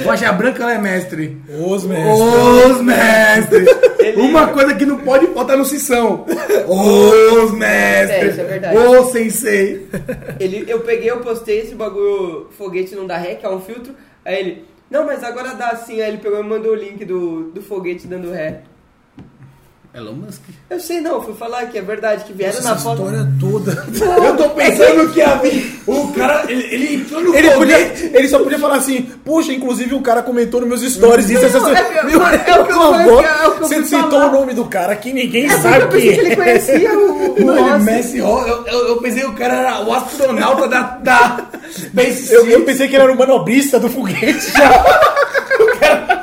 Speaker 2: Faixa branca ela é mestre.
Speaker 1: Os
Speaker 2: Os mestres!
Speaker 3: Ele-
Speaker 2: Uma coisa que não pode faltar no Sissão. Os
Speaker 3: É,
Speaker 2: mestres!
Speaker 3: isso é verdade.
Speaker 2: Ô sensei!
Speaker 3: Ele, eu peguei, eu postei esse bagulho foguete não dá ré, que é um filtro. Aí ele, não, mas agora dá assim. Aí ele pegou e mandou o link do, do foguete dando ré.
Speaker 2: Elon Musk.
Speaker 3: Eu sei não, fui falar que é verdade, que vieram
Speaker 1: Essa
Speaker 3: na foto.
Speaker 1: história toda.
Speaker 2: Eu tô pensando que a vi- O cara, ele, ele entrou no
Speaker 1: Ele, podia,
Speaker 2: foguete.
Speaker 1: ele só podia falar assim, puxa, inclusive um cara comentou nos meus stories isso,
Speaker 3: Não,
Speaker 1: essa
Speaker 3: é que-
Speaker 1: Meu,
Speaker 3: é o que eu
Speaker 1: por
Speaker 3: falei,
Speaker 1: favor,
Speaker 3: é o que eu
Speaker 1: Você
Speaker 3: fui
Speaker 1: citou
Speaker 3: falar.
Speaker 1: o nome do cara que ninguém
Speaker 3: É porque
Speaker 1: sabe
Speaker 3: eu pensei
Speaker 1: quem
Speaker 3: que ele
Speaker 1: é. <laughs>
Speaker 3: conhecia o, o
Speaker 2: Não, ele
Speaker 3: Rossi.
Speaker 2: Messi, ó, eu, eu, eu pensei que o cara era o astronauta da, da Space
Speaker 1: Eu, eu
Speaker 2: City.
Speaker 1: pensei que ele era o manobrista do foguete. <laughs>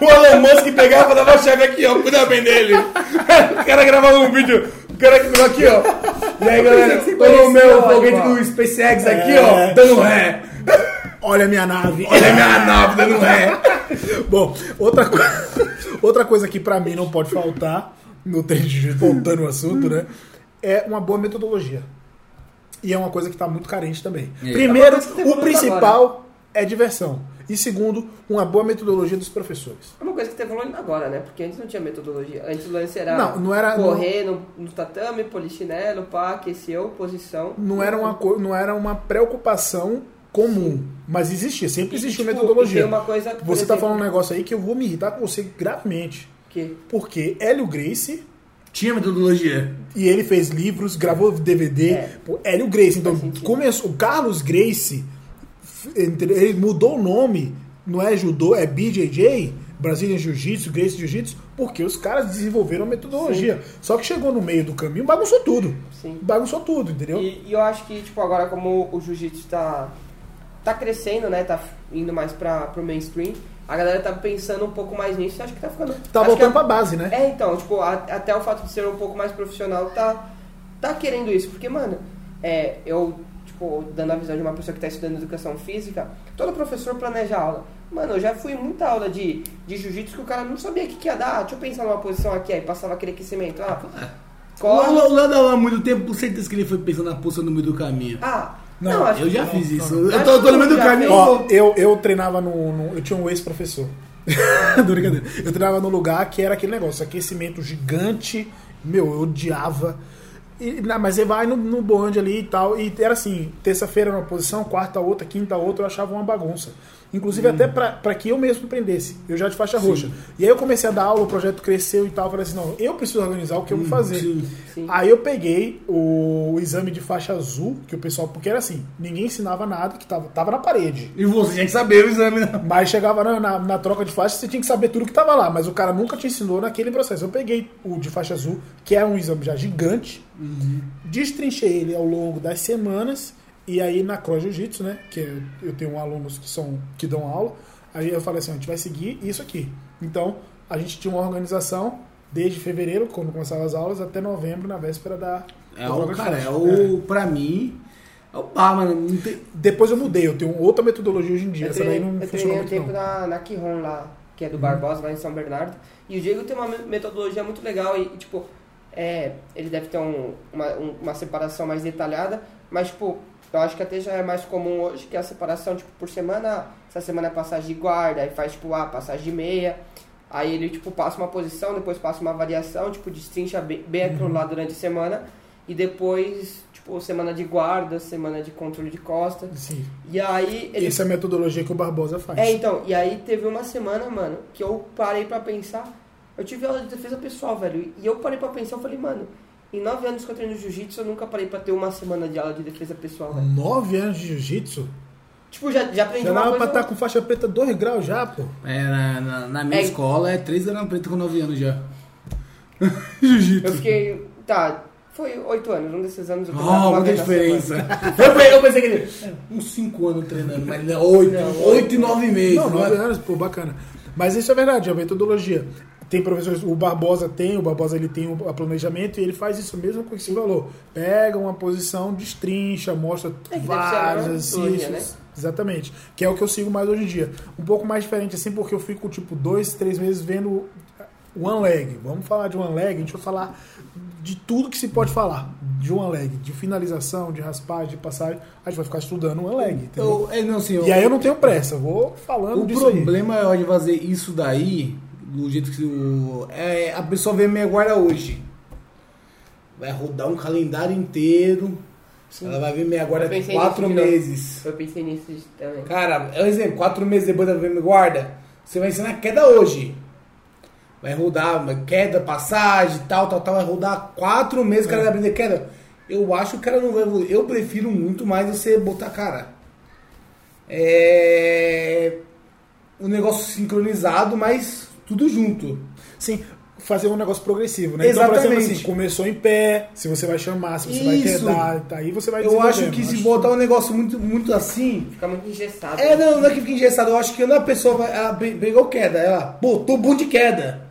Speaker 2: O Elon Musk pegava, dava a chave aqui, ó, cuida bem
Speaker 3: <laughs>
Speaker 2: dele. O cara gravava um vídeo, o cara que pegou aqui, ó. E aí, galera,
Speaker 3: pensei que
Speaker 2: tô no
Speaker 3: parecia,
Speaker 2: meu
Speaker 3: ó,
Speaker 2: foguete
Speaker 3: igual.
Speaker 2: do SpaceX aqui,
Speaker 1: É.
Speaker 2: ó, dando ré.
Speaker 1: Olha a minha nave.
Speaker 2: Olha a minha nave dando ré.
Speaker 1: Bom, outra, co... <laughs> outra coisa que pra mim não pode faltar, no treino de voltando o assunto, né? É uma boa metodologia. E é uma coisa que tá muito carente também. Primeiro,
Speaker 3: Tá bom, mas
Speaker 1: o
Speaker 3: tá
Speaker 1: principal é diversão. E segundo, uma boa metodologia dos professores.
Speaker 3: É uma coisa que tá evoluindo agora, né? Porque antes não tinha metodologia. Antes o lance era,
Speaker 1: Não, não era-
Speaker 3: correr no, no tatame, polichinelo, pá, aqueceu, posição.
Speaker 1: Não era uma, co- não era uma preocupação comum, mas existia, sempre existiu
Speaker 3: tipo,
Speaker 1: metodologia.
Speaker 3: tem uma coisa, por
Speaker 1: Você tá
Speaker 3: exemplo-
Speaker 1: falando um negócio aí que eu vou me irritar com você gravemente.
Speaker 3: Que?
Speaker 1: Porque Hélio Gracie
Speaker 2: Tinha metodologia.
Speaker 1: E ele fez livros, gravou DVD.
Speaker 3: É.
Speaker 1: Pô, Hélio Gracie. Então,
Speaker 3: Faz sentido.
Speaker 1: começou, o Carlos Gracie, f- entre- ele mudou o nome, não é judô, é BJJ, Brazilian Jiu-Jitsu, Gracie Jiu-Jitsu, porque os caras desenvolveram a metodologia. Só que chegou no meio do caminho, bagunçou tudo.
Speaker 3: Sim.
Speaker 1: Bagunçou tudo, entendeu?
Speaker 3: E, e eu acho que, tipo, agora como o jiu-jitsu tá, tá crescendo, né? Tá indo mais pra, pro mainstream, a galera tá pensando um pouco mais nisso. Acho que tá ficando.
Speaker 1: tá
Speaker 3: acho
Speaker 1: voltando
Speaker 3: que
Speaker 1: pra base, né?
Speaker 3: É, então, tipo, a- até o fato de ser um pouco mais profissional tá, tá querendo isso. Porque, mano, é, eu, tipo, tipo, dando a visão de uma pessoa que está estudando educação física, todo professor planeja aula. Mano, eu já fui em muita aula de, de jiu-jitsu que o cara não sabia o que, que ia dar. Deixa eu pensar numa posição aqui, aí passava aquele aquecimento. Ah,
Speaker 2: Lá, lá,
Speaker 3: corre.
Speaker 2: lá, lá, lá, muito tempo, por certeza que ele foi pensando na pulsa no meio do caminho.
Speaker 3: Ah,
Speaker 1: Não,
Speaker 3: não, acho
Speaker 2: eu
Speaker 3: que
Speaker 2: já
Speaker 1: não,
Speaker 2: fiz isso.
Speaker 1: não.
Speaker 2: Eu tô, tô no meio do
Speaker 3: Já
Speaker 2: caminho.
Speaker 3: fez.
Speaker 2: eu
Speaker 1: Ó,
Speaker 2: vou-
Speaker 1: eu, eu treinava no, no- Eu tinha um ex-professor. <laughs> Tô brincadeira. Eu treinava num lugar que era aquele negócio, aquecimento gigante. Meu, eu odiava. E, na- mas você vai no, no bonde ali e tal. E era assim: terça-feira uma posição, quarta outra, quinta outra. Eu achava uma bagunça. Inclusive, até pra, pra que eu mesmo prendesse. Eu já de faixa roxa. E aí eu comecei a dar aula, o projeto cresceu e tal. Eu falei assim: não, eu preciso organizar o que eu vou fazer.
Speaker 2: sim.
Speaker 3: Sim.
Speaker 1: Aí eu peguei o exame de faixa azul, que o pessoal. Porque era assim: ninguém ensinava nada, que tava, tava na parede.
Speaker 2: E você tinha que saber o exame, né?
Speaker 1: Mas chegava na, na- na troca de faixa, você tinha que saber tudo que tava lá, mas o cara nunca te ensinou naquele processo. Eu peguei o de faixa azul, que é um exame já gigante,
Speaker 2: Uhum.
Speaker 1: destrinchei ele ao longo das semanas, e aí na Cross Jiu-Jitsu, né? Que eu- eu tenho alunos que são que dão aula, aí eu falei assim: a gente vai seguir isso aqui. Então, a gente tinha uma organização desde fevereiro, quando começavam as aulas, até novembro, na véspera da.
Speaker 2: É
Speaker 1: da
Speaker 2: o,
Speaker 1: troca de
Speaker 2: cara, é
Speaker 1: faixa.
Speaker 2: o, pra mim, é o bar, mano. Não tem...
Speaker 1: Depois eu mudei, eu tenho outra metodologia hoje em dia,
Speaker 3: Eu
Speaker 1: essa daí
Speaker 3: treinei,
Speaker 1: não
Speaker 3: eu
Speaker 1: funciona
Speaker 3: treinei um
Speaker 1: muito.
Speaker 2: é
Speaker 3: tempo
Speaker 1: Não. Uhum.
Speaker 3: na, na Quirón lá, que é do Barbosa, lá em São Bernardo. E o Diego tem uma me- metodologia muito legal e, e, tipo, é, ele deve ter um- uma, um- uma separação mais detalhada, mas, tipo, eu acho que até já é mais comum hoje, que é a separação, tipo, por semana, essa semana é passagem de guarda, aí faz, tipo, ah, passagem de meia, aí ele, tipo, passa uma posição, depois passa uma variação, tipo, destrincha bem, bem
Speaker 1: Uhum.
Speaker 3: aquilo lá durante a semana, e depois, tipo, semana de guarda, semana de controle de costa,
Speaker 1: Sim.
Speaker 3: e aí ele
Speaker 1: Essa é a metodologia que o Barbosa faz.
Speaker 3: é, então, e aí teve uma semana, mano, que eu parei pra pensar. Eu tive aula de defesa pessoal, velho. E eu parei pra pensar, eu falei, mano, em nove anos que eu treino jiu-jitsu, eu nunca parei pra ter uma semana de aula de defesa pessoal, velho.
Speaker 1: Nove anos de jiu-jitsu?
Speaker 3: Tipo, já, já aprendi
Speaker 1: Já
Speaker 3: uma
Speaker 1: dava pra
Speaker 3: coisa. né?
Speaker 1: estar tá com faixa preta 2 graus já, pô.
Speaker 2: É, na, na, na minha
Speaker 3: É.
Speaker 2: escola é três anos preto com 9 anos já. <laughs> Jiu-jitsu.
Speaker 3: Eu fiquei. Tá, foi oito anos, um desses
Speaker 1: Ah,
Speaker 3: anos eu treinava
Speaker 2: Oh,
Speaker 3: uma
Speaker 2: muita
Speaker 3: vez na
Speaker 2: diferença.
Speaker 3: semana.
Speaker 2: Eu pensei, eu pensei que ele. Uns 5 anos treinando, mas não, 8.
Speaker 3: Não,
Speaker 2: 8 e 9 meses.
Speaker 1: Não, nove
Speaker 2: né?
Speaker 1: anos, pô, bacana. Mas isso é verdade, é a metodologia. Tem professores, o Barbosa tem, o Barbosa ele tem o a planejamento e ele faz isso mesmo com esse valor. Pega uma posição, destrincha, mostra
Speaker 3: É que deve ser a
Speaker 1: vários
Speaker 3: maior
Speaker 1: exercícios.
Speaker 3: metodologia, né?
Speaker 1: Exatamente. Que é o que eu sigo mais hoje em dia. Um pouco mais diferente assim, porque eu fico tipo dois, três meses vendo one leg. Vamos falar de one leg, a gente vai falar de tudo que se pode falar de one leg, de finalização, de raspagem, de passagem. A gente vai ficar estudando one leg, entendeu?
Speaker 2: Eu, é, não, assim, eu-
Speaker 1: E aí eu não tenho pressa, eu vou falando
Speaker 2: O
Speaker 1: disso
Speaker 2: problema é de fazer isso daí, do jeito que o. É, a pessoa vê minha guarda hoje. Vai rodar um calendário inteiro. Ela vai ver minha guarda
Speaker 3: Eu
Speaker 2: daqui
Speaker 3: pensei
Speaker 2: quatro
Speaker 3: nisso, não.
Speaker 2: meses.
Speaker 3: Eu pensei nisso também.
Speaker 2: Cara, é um exemplo, quatro meses depois da ver minha guarda, você vai ensinar queda hoje. Vai rodar, uma queda, passagem, tal, tal, tal. Vai rodar quatro meses, o cara vai aprender queda. Eu acho que o cara não vai evoluir. Eu prefiro muito mais você botar cara. É. Um negócio sincronizado, mas tudo junto.
Speaker 1: aí. Sim, fazer um negócio progressivo, né? Então, por exemplo,
Speaker 2: Exatamente.
Speaker 1: assim, começou em pé, se você vai chamar, se você
Speaker 2: Isso.
Speaker 1: vai quedar, tá aí você vai
Speaker 2: Eu acho que se
Speaker 1: desenvolvendo.
Speaker 2: botar um negócio muito, muito assim,
Speaker 3: Fica muito engessado.
Speaker 2: É, não, não é que fica engessado. Eu acho que quando a pessoa vai, ela pe- pegou queda, ela botou bom de queda.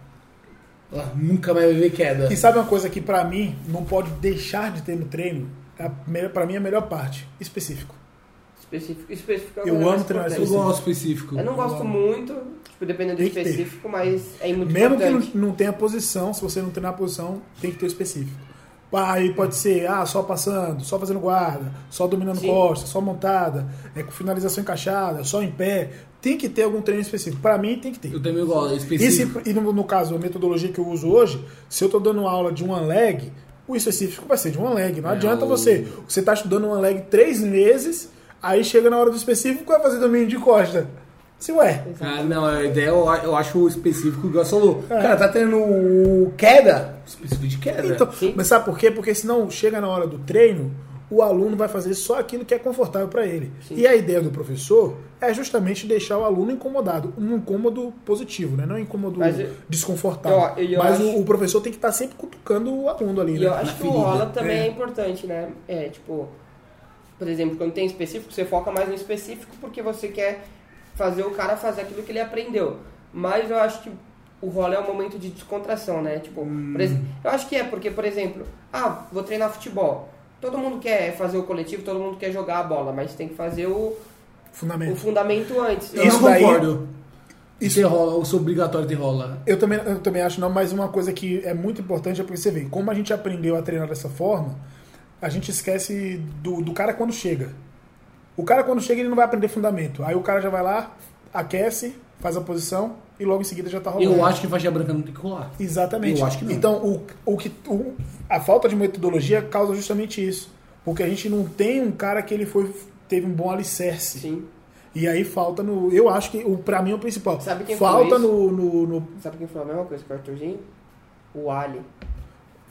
Speaker 2: Ela nunca mais vai ver queda.
Speaker 1: E sabe uma coisa que pra mim não pode deixar de ter no treino? É a me- Pra mim é a melhor parte, específico.
Speaker 3: Específico, específico é
Speaker 1: Eu
Speaker 3: uma das
Speaker 1: amo treinar
Speaker 3: coisas.
Speaker 1: Eu isso. gosto
Speaker 2: específico.
Speaker 3: Eu não gosto muito, tipo, dependendo do
Speaker 1: Tem que ter.
Speaker 3: específico, mas é muito
Speaker 1: Mesmo
Speaker 3: importante.
Speaker 1: que não, não tenha posição, se você não treinar a posição, tem que ter o específico. Aí pode ser, ah, só passando, só fazendo guarda, só dominando
Speaker 3: Sim.
Speaker 1: costa, só montada, é, com finalização encaixada, só em pé. Tem que ter algum treino específico. Pra mim tem que ter.
Speaker 2: também gosto,
Speaker 1: E, se- e no, no caso, a metodologia que eu uso hoje, se eu estou dando aula de one leg, o específico vai ser de one leg. Não
Speaker 2: É,
Speaker 1: adianta
Speaker 2: o-
Speaker 1: você. Você tá estudando one leg três meses, aí chega na hora do específico vai fazer domínio de costa. Se ué.
Speaker 2: Ah, não, a ideia eu, a- eu acho o específico igual você falou. Cara, tá tendo o queda? Específico de queda.
Speaker 1: Então,
Speaker 3: Sim.
Speaker 1: mas sabe por quê? Porque senão chega na hora do treino, o aluno vai fazer só aquilo que é confortável para ele. E a ideia do professor é justamente deixar o aluno incomodado. Um incômodo positivo, né? Não um incômodo
Speaker 3: Mas eu-
Speaker 1: desconfortável.
Speaker 3: eu- eu
Speaker 1: mas o-
Speaker 3: acho-
Speaker 1: o, professor tem que estar sempre cutucando o aluno ali,
Speaker 3: E
Speaker 1: né?
Speaker 3: eu acho que o
Speaker 2: ferida.
Speaker 3: rola também
Speaker 1: É.
Speaker 3: é. importante, né? É, tipo, por exemplo, quando tem específico, você foca mais no específico porque você quer fazer o cara fazer aquilo que ele aprendeu. Mas eu acho que o rola é um momento
Speaker 1: Hum.
Speaker 3: de descontração, né? Tipo, por ex- eu acho que é porque, por exemplo, ah, vou treinar futebol. Todo mundo quer fazer o coletivo, todo mundo quer jogar a bola, mas tem que fazer o, o
Speaker 1: Fundamento.
Speaker 3: fundamento antes.
Speaker 2: Eu
Speaker 1: Isso
Speaker 2: não
Speaker 1: daí-
Speaker 2: concordo. Isso ter rola, o seu obrigatório ter rola.
Speaker 1: Eu também, eu também acho não, mas uma coisa que é muito importante é porque você vê, como a gente aprendeu a treinar dessa forma, a gente esquece do, do cara quando chega. O cara quando chega ele não vai aprender fundamento. Aí o cara já vai lá, aquece, faz a posição e logo em seguida já tá rolando.
Speaker 2: Eu acho que faixa branca não tem que rolar.
Speaker 1: Exatamente.
Speaker 2: Eu acho que não.
Speaker 1: Então, o, o que, o- a falta de metodologia causa justamente isso. Porque a gente não tem um cara que ele foi teve um bom alicerce.
Speaker 3: Sim.
Speaker 1: E aí falta no. Eu acho que o, pra mim é o principal.
Speaker 3: Sabe quem
Speaker 1: falta no,
Speaker 3: falou
Speaker 1: no, no.
Speaker 3: Sabe quem falou a mesma coisa que o Arthurzinho? O Ali.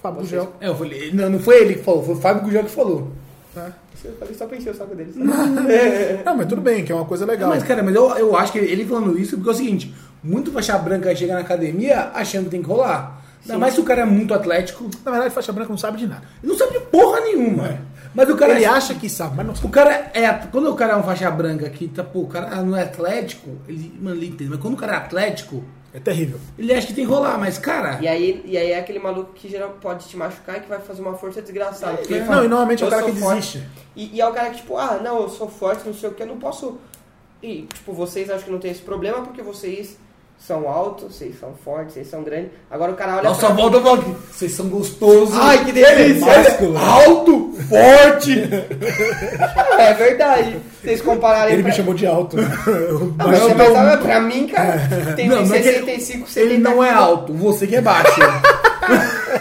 Speaker 1: Fábio
Speaker 3: Vocês-
Speaker 1: Gel.
Speaker 2: É, eu falei, não, não foi ele que falou, foi o Fábio Gugel que falou.
Speaker 1: né?
Speaker 3: Eu falei só pra encher o saco
Speaker 1: <laughs>
Speaker 3: dele. sabe?
Speaker 1: Não, mas tudo bem, que é uma coisa legal.
Speaker 2: Mas, cara, mas eu, eu acho que ele falando isso porque é o seguinte: muito faixa branca chega na academia achando que tem que rolar. Ainda mais se o cara é muito atlético.
Speaker 1: Na verdade, faixa branca não sabe de nada.
Speaker 2: Ele não sabe de porra nenhuma. Mas o cara é-
Speaker 1: Ele acha que sabe, mas não sabe.
Speaker 2: O cara é. Quando o cara é um faixa branca que tá, pô, o cara não é atlético, ele, mano, ele entende. Mas quando o cara é atlético,
Speaker 1: É terrível.
Speaker 2: ele acha que tem que rolar, mas, cara.
Speaker 3: E aí, e aí é aquele maluco que geral pode te machucar e que vai fazer uma força desgraçada. porque ele
Speaker 1: Não, e normalmente é o
Speaker 3: eu
Speaker 1: cara
Speaker 3: sou
Speaker 1: que
Speaker 3: forte.
Speaker 1: desiste.
Speaker 3: E, e é o cara que, tipo, ah, não, eu sou forte, não sei o que, eu não posso. E, tipo, vocês acham que não tem esse problema porque vocês são altos, vocês são fortes, vocês são grandes. Agora o cara olha.
Speaker 2: Nossa,
Speaker 3: pra-
Speaker 2: volta eu falo aqui. Vocês são gostosos.
Speaker 3: Ai, que delícia!
Speaker 2: Másculo. Alto, forte.
Speaker 3: É verdade. Vocês compararem.
Speaker 1: Ele
Speaker 3: pra...
Speaker 1: me um chamou de alto. né?
Speaker 3: <laughs> Não, mas,
Speaker 2: Não,
Speaker 3: você- mas
Speaker 2: não.
Speaker 3: sabe, pra mim, cara, tem
Speaker 2: Não, não é que ele-
Speaker 3: 65, 70.
Speaker 2: Ele não é alto, você que é baixo.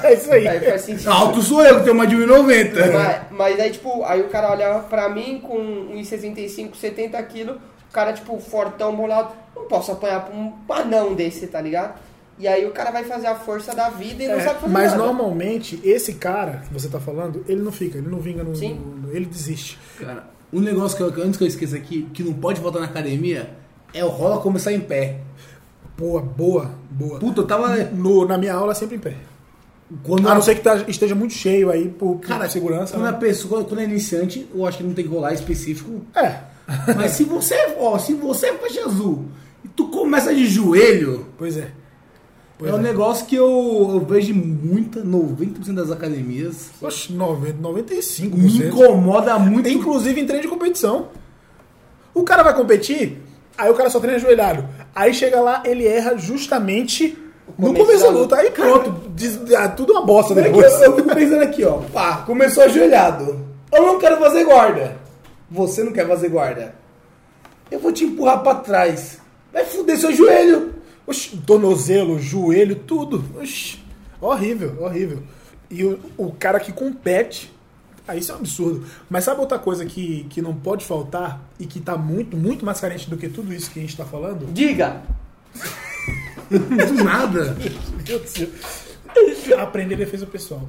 Speaker 1: é isso aí.
Speaker 3: Aí faz sentido.
Speaker 2: alto sou eu, que tenho mais de 1,90.
Speaker 3: Mas, mas aí, tipo, aí o cara olhava pra mim com um uns 65, 70 quilos, o cara, tipo, fortão, bolado, não posso apanhar pra um anão desse, tá ligado? E aí o cara vai fazer a força da vida e É, não sabe fazer
Speaker 1: É, Mas
Speaker 3: nada.
Speaker 1: normalmente, esse cara que você tá falando, ele não fica, ele não vinga no.
Speaker 3: Sim.
Speaker 1: no- ele desiste.
Speaker 2: Cara, um negócio que, eu, que antes que eu esqueça aqui, que não pode voltar na academia, é o rola começar em pé.
Speaker 1: Boa, boa, boa.
Speaker 2: Puta, eu tava. Ah,
Speaker 1: No, na minha aula sempre em pé.
Speaker 2: Quando
Speaker 1: A não ser que tá- esteja muito cheio aí por, por
Speaker 2: Cara,
Speaker 1: segurança.
Speaker 2: Quando, a
Speaker 1: né?
Speaker 2: pessoa, quando é iniciante, eu acho que não tem que rolar específico.
Speaker 1: É,
Speaker 2: Mas se você, ó, se você é faixa azul e tu começa de joelho,
Speaker 1: pois é. Pois
Speaker 2: é um
Speaker 1: é.
Speaker 2: negócio que eu, eu vejo em muita, 90% das academias.
Speaker 1: Poxa, 90, 95%.
Speaker 2: Me incomoda muito.
Speaker 1: Inclusive em treino de competição. O cara vai competir, aí o cara só treina ajoelhado. Aí chega lá, ele erra justamente no
Speaker 3: começo
Speaker 1: começo da
Speaker 3: da
Speaker 1: luta. Aí pronto, diz- ah, tudo uma bosta
Speaker 2: Como é que
Speaker 1: depois.
Speaker 2: eu, eu fico pensando aqui, ó. Pá, começou ajoelhado. Eu não quero fazer guarda. Você não quer fazer guarda. Eu vou te empurrar pra trás. Vai fuder seu joelho.
Speaker 1: <laughs> Oxi, tornozelo, joelho, tudo. Oxi, horrível, horrível. E o, o cara que compete, aí isso é um absurdo. Mas sabe outra coisa que, que não pode faltar e que tá muito, muito mais carente do que tudo isso que a gente tá falando?
Speaker 3: Diga!
Speaker 2: Do nada.
Speaker 1: Meu Deus do céu. Aprender defesa pessoal.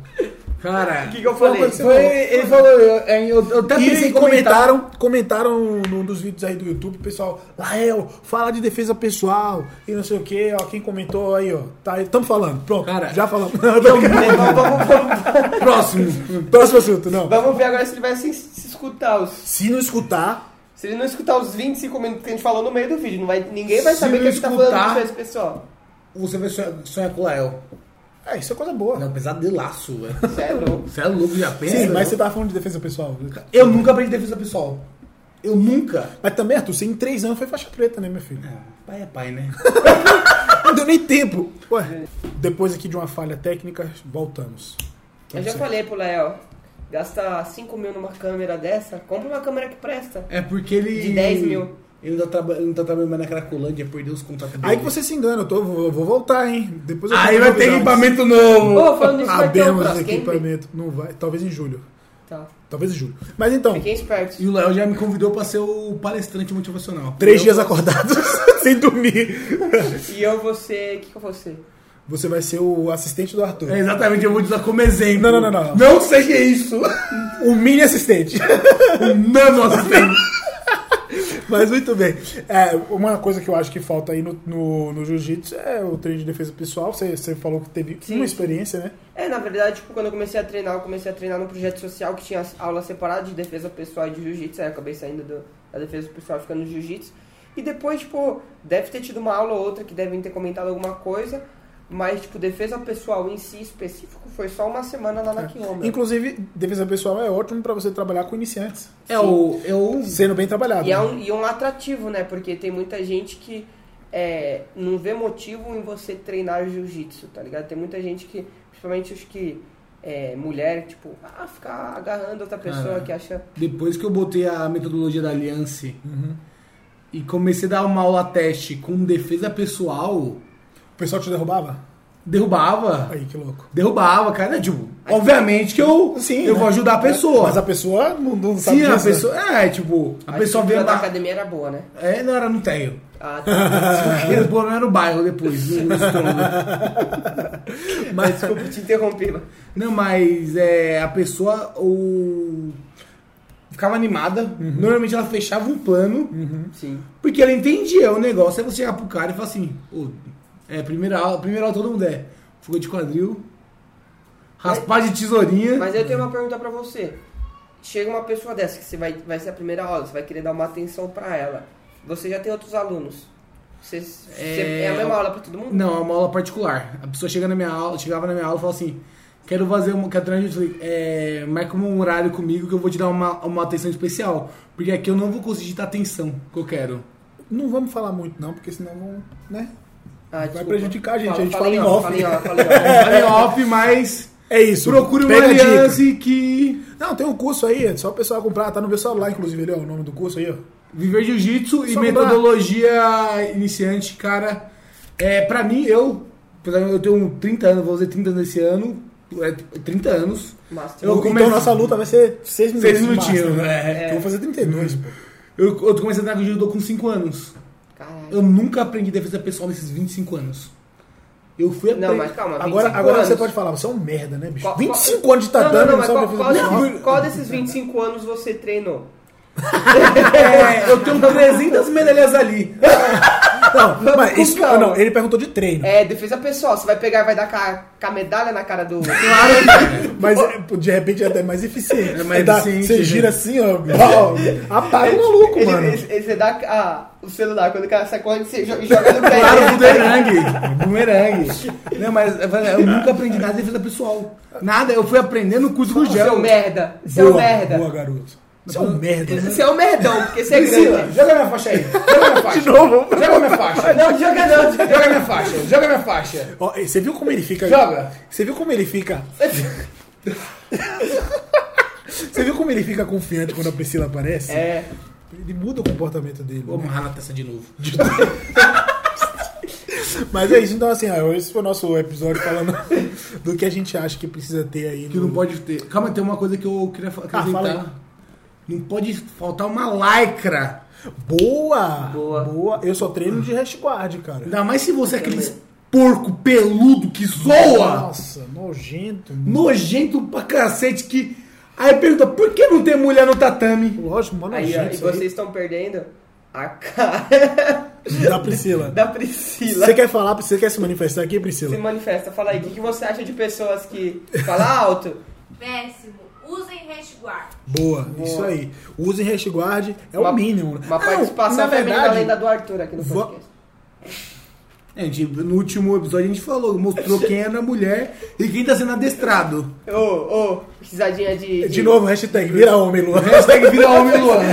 Speaker 2: Cara.
Speaker 3: O que, que eu falei?
Speaker 2: Foi, ele falou, eu, é, eu, eu até pensei
Speaker 1: E
Speaker 2: em comentar.
Speaker 1: comentaram, comentaram num dos vídeos aí do YouTube, pessoal, Lael, fala de defesa pessoal e não sei o que, ó, quem comentou aí, ó, tá, estamos falando, pronto,
Speaker 2: Cara,
Speaker 1: já
Speaker 2: <laughs>
Speaker 1: falamos. <laughs>
Speaker 3: vamos, vamos- vamos-
Speaker 2: Próximo.
Speaker 1: Próximo assunto, não.
Speaker 3: vamos ver agora se ele vai se, se escutar. Os,
Speaker 1: Se não escutar,
Speaker 3: se ele não escutar os 25 minutos que a gente falou no meio do vídeo, não vai, ninguém vai
Speaker 2: Se
Speaker 3: saber que
Speaker 2: não
Speaker 3: a gente tá
Speaker 2: escutar-
Speaker 3: falando disso, pessoal.
Speaker 2: Você vai sonhar, sonhar com o Lael.
Speaker 1: é, isso é coisa boa.
Speaker 2: Não, pesadelaço, velho.
Speaker 3: Você <laughs> é louco.
Speaker 2: Você é louco, já pensa?
Speaker 1: Sim, mas você
Speaker 2: velho?
Speaker 1: tava falando de defesa pessoal.
Speaker 2: Eu nunca aprendi defesa pessoal. Eu nunca.
Speaker 1: Mas também, Arthur, você em três anos foi faixa preta, né, meu filho?
Speaker 2: Pai é pai, né?
Speaker 1: Não deu nem tempo. Ué,
Speaker 2: É.
Speaker 1: depois aqui de uma falha técnica, voltamos.
Speaker 3: Eu já falei pro Léo, gasta 5 mil numa câmera dessa, compra uma câmera que presta.
Speaker 2: É porque ele...
Speaker 3: De 10 mil.
Speaker 2: Ele não, tá, traba- ele não tá trabalhando mais na Cracolândia, perdeu os contatos dele.
Speaker 1: Aí que você se engana, eu, tô, eu vou voltar, hein? Depois eu
Speaker 2: Aí
Speaker 1: conto
Speaker 2: vai ter
Speaker 1: novidades.
Speaker 2: equipamento novo.
Speaker 3: Ô, falando nisso, vai ter um
Speaker 1: Sabemos
Speaker 3: cross
Speaker 1: equipamento. Não vai, talvez em julho.
Speaker 3: Tá.
Speaker 1: Talvez em julho. Mas então,
Speaker 3: Fiquem espertos.
Speaker 2: E o Léo já me convidou pra ser o palestrante motivacional.
Speaker 1: três
Speaker 2: Eu-
Speaker 1: dias acordados <laughs> sem dormir.
Speaker 3: E eu vou ser. O que, que eu vou ser?
Speaker 1: Você vai ser o assistente do Arthur.
Speaker 2: É, exatamente, eu vou te usar como exemplo.
Speaker 1: Não, não, não, não.
Speaker 2: Não seja é isso.
Speaker 1: O mini assistente. <laughs>
Speaker 2: Um nano assistente.
Speaker 1: assim. Mas muito bem. É, uma coisa que eu acho que falta aí no, no, no jiu-jitsu é o treino de defesa pessoal. Você, você falou que teve
Speaker 3: Sim.
Speaker 1: uma experiência, né?
Speaker 3: É, na verdade, tipo, quando eu comecei a treinar, eu comecei a treinar num projeto social que tinha aula separada de defesa pessoal e de jiu-jitsu. Aí eu acabei saindo do- da defesa pessoal e ficando no jiu-jitsu. E depois, tipo, deve ter tido uma aula ou outra que devem ter comentado alguma coisa. Mas, tipo, defesa pessoal em si específico foi só uma semana lá na Quilomba.
Speaker 1: É. Inclusive, defesa pessoal é ótimo pra você trabalhar com iniciantes.
Speaker 2: É o. É o
Speaker 1: Sendo bem trabalhado.
Speaker 3: E é
Speaker 1: né?
Speaker 3: um, e um atrativo, né? Porque tem muita gente que é, não vê motivo em você treinar jiu-jitsu, tá ligado? Tem muita gente que, principalmente os que. É, mulher, tipo, ah, ficar agarrando outra pessoa
Speaker 2: Ah.
Speaker 3: que acha.
Speaker 2: Depois que eu botei a metodologia da Aliança
Speaker 1: Uhum.
Speaker 2: e comecei a dar uma aula teste com defesa pessoal,
Speaker 1: O pessoal te derrubava?
Speaker 2: derrubava.
Speaker 1: Aí, que louco.
Speaker 2: Derrubava, cara. Tipo, obviamente que eu,
Speaker 1: Sim,
Speaker 2: eu
Speaker 1: né?
Speaker 2: vou ajudar a pessoa.
Speaker 1: Mas a pessoa não, não sabe
Speaker 2: Sim, a
Speaker 1: disso, né?
Speaker 2: pessoa. É, tipo, a pessoa
Speaker 3: estrutura
Speaker 2: veio.
Speaker 3: da
Speaker 2: Ba...
Speaker 3: academia era boa, né?
Speaker 2: É, não era no tenho. <laughs>
Speaker 3: Ah, tá.
Speaker 2: Porque o problema era o bairro depois. no estômago.
Speaker 3: Mas desculpa te interromper. mas-
Speaker 2: não, mas é, a pessoa ou... ficava animada. Normalmente ela fechava um plano.
Speaker 3: Sim.
Speaker 2: Porque ela entendia o negócio. É você chegar pro cara e falar assim: "Ô, é, primeira aula, primeira aula todo mundo é. Fuga de quadril. Raspar de tesourinha.
Speaker 3: Mas eu tenho uma pergunta pra você. Chega uma pessoa dessa que você vai, vai ser a primeira aula, você vai querer dar uma atenção pra ela. Você já tem outros alunos. Você, é... é a mesma aula pra todo mundo?
Speaker 2: Não, é uma aula particular. A pessoa chega na minha aula, chegava na minha aula e falava assim: quero fazer uma. Quero treinar jiu-jitsu." Eu falei, é, marca um horário comigo que eu vou te dar uma, uma atenção especial. Porque aqui eu não vou conseguir dar a atenção que eu quero.
Speaker 1: Não vamos falar muito, não, porque senão vão. Né?
Speaker 3: Ah, desculpa.
Speaker 1: prejudicar a gente, a gente
Speaker 3: em
Speaker 1: fala em off.
Speaker 3: fala em off. fala em
Speaker 1: <laughs>
Speaker 3: off.
Speaker 2: Falei off, mas
Speaker 1: É isso.
Speaker 2: procure uma
Speaker 1: É. Pega a dica.
Speaker 2: aliança que.
Speaker 1: Não, tem um curso aí, é só o pessoal comprar, tá no meu celular, inclusive, ali, ó, o nome do curso aí, ó.
Speaker 2: Viver Jiu-Jitsu e
Speaker 1: Só
Speaker 2: metodologia iniciante, cara. É, pra mim, eu. Eu tenho 30 anos, vou fazer 30 anos esse ano. É, 30 anos.
Speaker 3: Master.
Speaker 2: Eu
Speaker 1: então
Speaker 2: comecei-
Speaker 1: nossa luta vai ser seis minutos.
Speaker 2: Seis minutinhos,
Speaker 1: máximo,
Speaker 2: é.
Speaker 1: Que Eu vou fazer 32, pô.
Speaker 2: Eu, eu comecei a treinar com judô com 5 anos.
Speaker 3: Caralho.
Speaker 2: Eu nunca aprendi defesa pessoal nesses 25 anos. Eu fui
Speaker 3: Não,
Speaker 2: aprender-
Speaker 3: mas calma. 25
Speaker 1: Agora, agora
Speaker 3: anos.
Speaker 1: você pode falar, você é um merda, né, bicho?
Speaker 3: Qual-
Speaker 1: 25
Speaker 3: qual-
Speaker 1: anos de tatame,
Speaker 3: não, não, não, mas
Speaker 1: sabe um
Speaker 3: qual,
Speaker 1: defesa
Speaker 3: qual,
Speaker 1: pessoal.
Speaker 3: desses, qual desses 25 anos você treinou?
Speaker 1: <laughs>
Speaker 2: É, eu tenho 300 medalhas ali.
Speaker 1: Não,
Speaker 3: <laughs>
Speaker 1: mas
Speaker 3: com
Speaker 1: isso,
Speaker 3: calma.
Speaker 1: não, ele perguntou de treino.
Speaker 3: É, defesa pessoal. Você vai pegar e vai dar com a medalha na cara do.
Speaker 1: Mas é, pô, de repente é até mais eficiente.
Speaker 2: É mais
Speaker 1: Você dá-
Speaker 2: eficiente,
Speaker 1: Você
Speaker 2: né? É.
Speaker 1: gira assim, ó. ó, apaga o maluco,
Speaker 3: ele,
Speaker 1: mano.
Speaker 3: ele- ele- você dá a- o celular, quando o cara sai correndo, você joga, joga no pé.
Speaker 2: Claro, é um bumerangue. um Bumerangue. Não, mas eu falei, eu nunca aprendi nada de defesa pessoal. Nada, eu fui aprender no curso do
Speaker 3: Você é
Speaker 2: gel.
Speaker 3: um merda. Você é
Speaker 1: boa,
Speaker 3: um merda.
Speaker 1: Boa, garoto. Você é um merda. né?
Speaker 3: Você é um merdão, porque você é
Speaker 2: Priscila,
Speaker 3: grande.
Speaker 2: joga minha faixa aí. Joga minha
Speaker 1: <laughs>
Speaker 2: faixa.
Speaker 1: De novo.
Speaker 2: Joga minha faixa.
Speaker 3: Não, joga não. joga-
Speaker 2: Joga minha faixa. Joga minha faixa.
Speaker 1: Ó, e você viu como ele fica.
Speaker 2: Joga.
Speaker 1: Você viu como ele
Speaker 3: <laughs>
Speaker 1: fica. Você viu como ele fica confiante quando a Priscila aparece?
Speaker 3: É,
Speaker 1: Ele muda o comportamento dele.
Speaker 2: Vou amarrar na testa de novo.
Speaker 1: Mas é isso, então assim, ó, esse foi o nosso episódio falando <laughs> do que a gente acha que precisa ter aí.
Speaker 2: Que não pode ter. Calma, tem uma coisa que eu queria fa-
Speaker 1: Ah, fala aí.
Speaker 2: acrescentar. não pode faltar uma lycra.
Speaker 1: Boa!
Speaker 3: Boa.
Speaker 1: Eu só treino de hashguard, cara.
Speaker 2: Ainda mais se você é aquele porco peludo que zoa.
Speaker 1: Nossa, nojento.
Speaker 2: Nojento pra cacete que. Aí pergunta, por que não tem mulher no tatame?
Speaker 1: Lógico, mano,
Speaker 3: aí, ó,
Speaker 1: nojento.
Speaker 3: e
Speaker 1: isso aí.
Speaker 3: vocês estão perdendo a cara
Speaker 1: Da Priscila.
Speaker 3: <laughs> da Priscila.
Speaker 1: Você quer falar, você quer se manifestar aqui,
Speaker 3: Se
Speaker 1: Priscila?
Speaker 3: manifesta, fala aí, o que, que você acha de pessoas que falam alto?
Speaker 4: Péssimo. Usem resguardo.
Speaker 1: Boa, isso aí. Usem hashguard, é
Speaker 3: Uma-
Speaker 1: o mínimo. né?
Speaker 3: Uma
Speaker 1: Ah,
Speaker 3: participação
Speaker 1: na
Speaker 3: feminina
Speaker 1: verdade,
Speaker 3: além da do Arthur aqui no
Speaker 1: vo-
Speaker 3: podcast.
Speaker 2: É, gente, no último episódio a gente falou, mostrou quem era a mulher e quem tá sendo adestrado.
Speaker 3: Ô, ô, risadinha de.
Speaker 1: De
Speaker 3: <laughs>
Speaker 1: novo, hashtag vira homem, Luan.
Speaker 2: Hashtag vira homem Luana.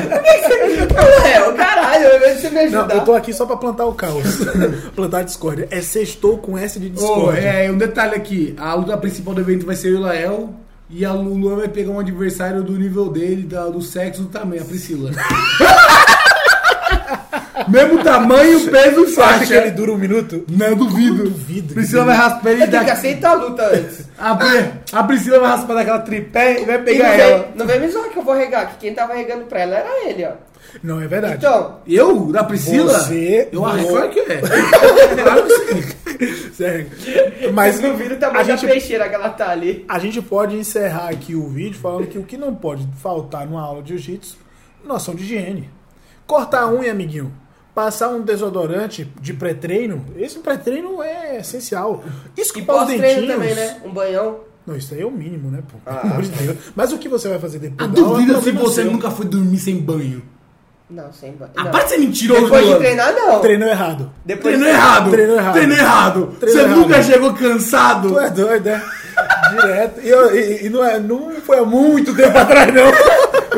Speaker 3: É, o caralho, ao invés de você me
Speaker 1: Não,
Speaker 3: ajudar.
Speaker 1: eu tô aqui só pra plantar o caos. <laughs> plantar a discórdia. É sextou com S de
Speaker 2: Oh,
Speaker 1: discórdia.
Speaker 2: é, um detalhe aqui, a luta principal do evento vai ser o Ilael e a Luan vai pegar um adversário do nível dele, da- do sexo do tamanho, a Priscila. <laughs> Mesmo tamanho, peso e
Speaker 1: Acha que ele
Speaker 2: faixa.
Speaker 1: dura um minuto?
Speaker 2: Não duvido.
Speaker 1: Duvido.
Speaker 2: Priscila vai raspar ele
Speaker 3: Eu tenho que
Speaker 2: daqui.
Speaker 3: aceitar a luta antes.
Speaker 2: A, Pri- a Priscila vai raspar daquela tripé e vai
Speaker 3: E não,
Speaker 2: pegar ela.
Speaker 3: vem, não vem me zoar que eu vou regar, que quem tava regando pra ela era ele, ó.
Speaker 1: Não, é verdade.
Speaker 3: Então,
Speaker 2: Eu? Da Priscila?
Speaker 1: Você-
Speaker 2: Eu acho
Speaker 1: Claro
Speaker 2: que é. claro que
Speaker 1: <laughs>
Speaker 2: sim.
Speaker 1: Sério. Mas
Speaker 3: vocês não viram o
Speaker 1: a
Speaker 3: tamanho da
Speaker 1: gente,
Speaker 3: peixeira que tá ela tá ali.
Speaker 1: a gente pode encerrar aqui o vídeo falando que o que não pode faltar numa aula de jiu-jitsu, noção de higiene. Cortar a unha, amiguinho. Passar um desodorante de pré-treino. Esse pré-treino é essencial.
Speaker 3: E
Speaker 1: Escupar os
Speaker 3: pós-treino
Speaker 1: dentinhos.
Speaker 3: também, né? Um banhão.
Speaker 1: Não, isso aí é o mínimo, né, pô? Pelo amor de Deus. Mas o que você vai fazer
Speaker 2: Ah, A
Speaker 1: depois? da aula é
Speaker 2: dúvida se
Speaker 1: problema
Speaker 2: você
Speaker 1: seu.
Speaker 2: nunca foi dormir sem banho.
Speaker 3: Não, sem banho.
Speaker 2: Ah,
Speaker 3: não.
Speaker 2: para de ser mentiroso,
Speaker 3: Depois de
Speaker 2: mano.
Speaker 3: treinar, não.
Speaker 1: Treinou errado.
Speaker 3: Depois
Speaker 2: Treinou
Speaker 3: de-
Speaker 2: errado.
Speaker 1: Treinou errado.
Speaker 2: Treinou errado.
Speaker 1: Treinou
Speaker 2: Você
Speaker 1: errado.
Speaker 2: nunca chegou cansado.
Speaker 1: Tu é doido, é? Direto. E, eu- e- e não, é, não foi há muito tempo atrás, não.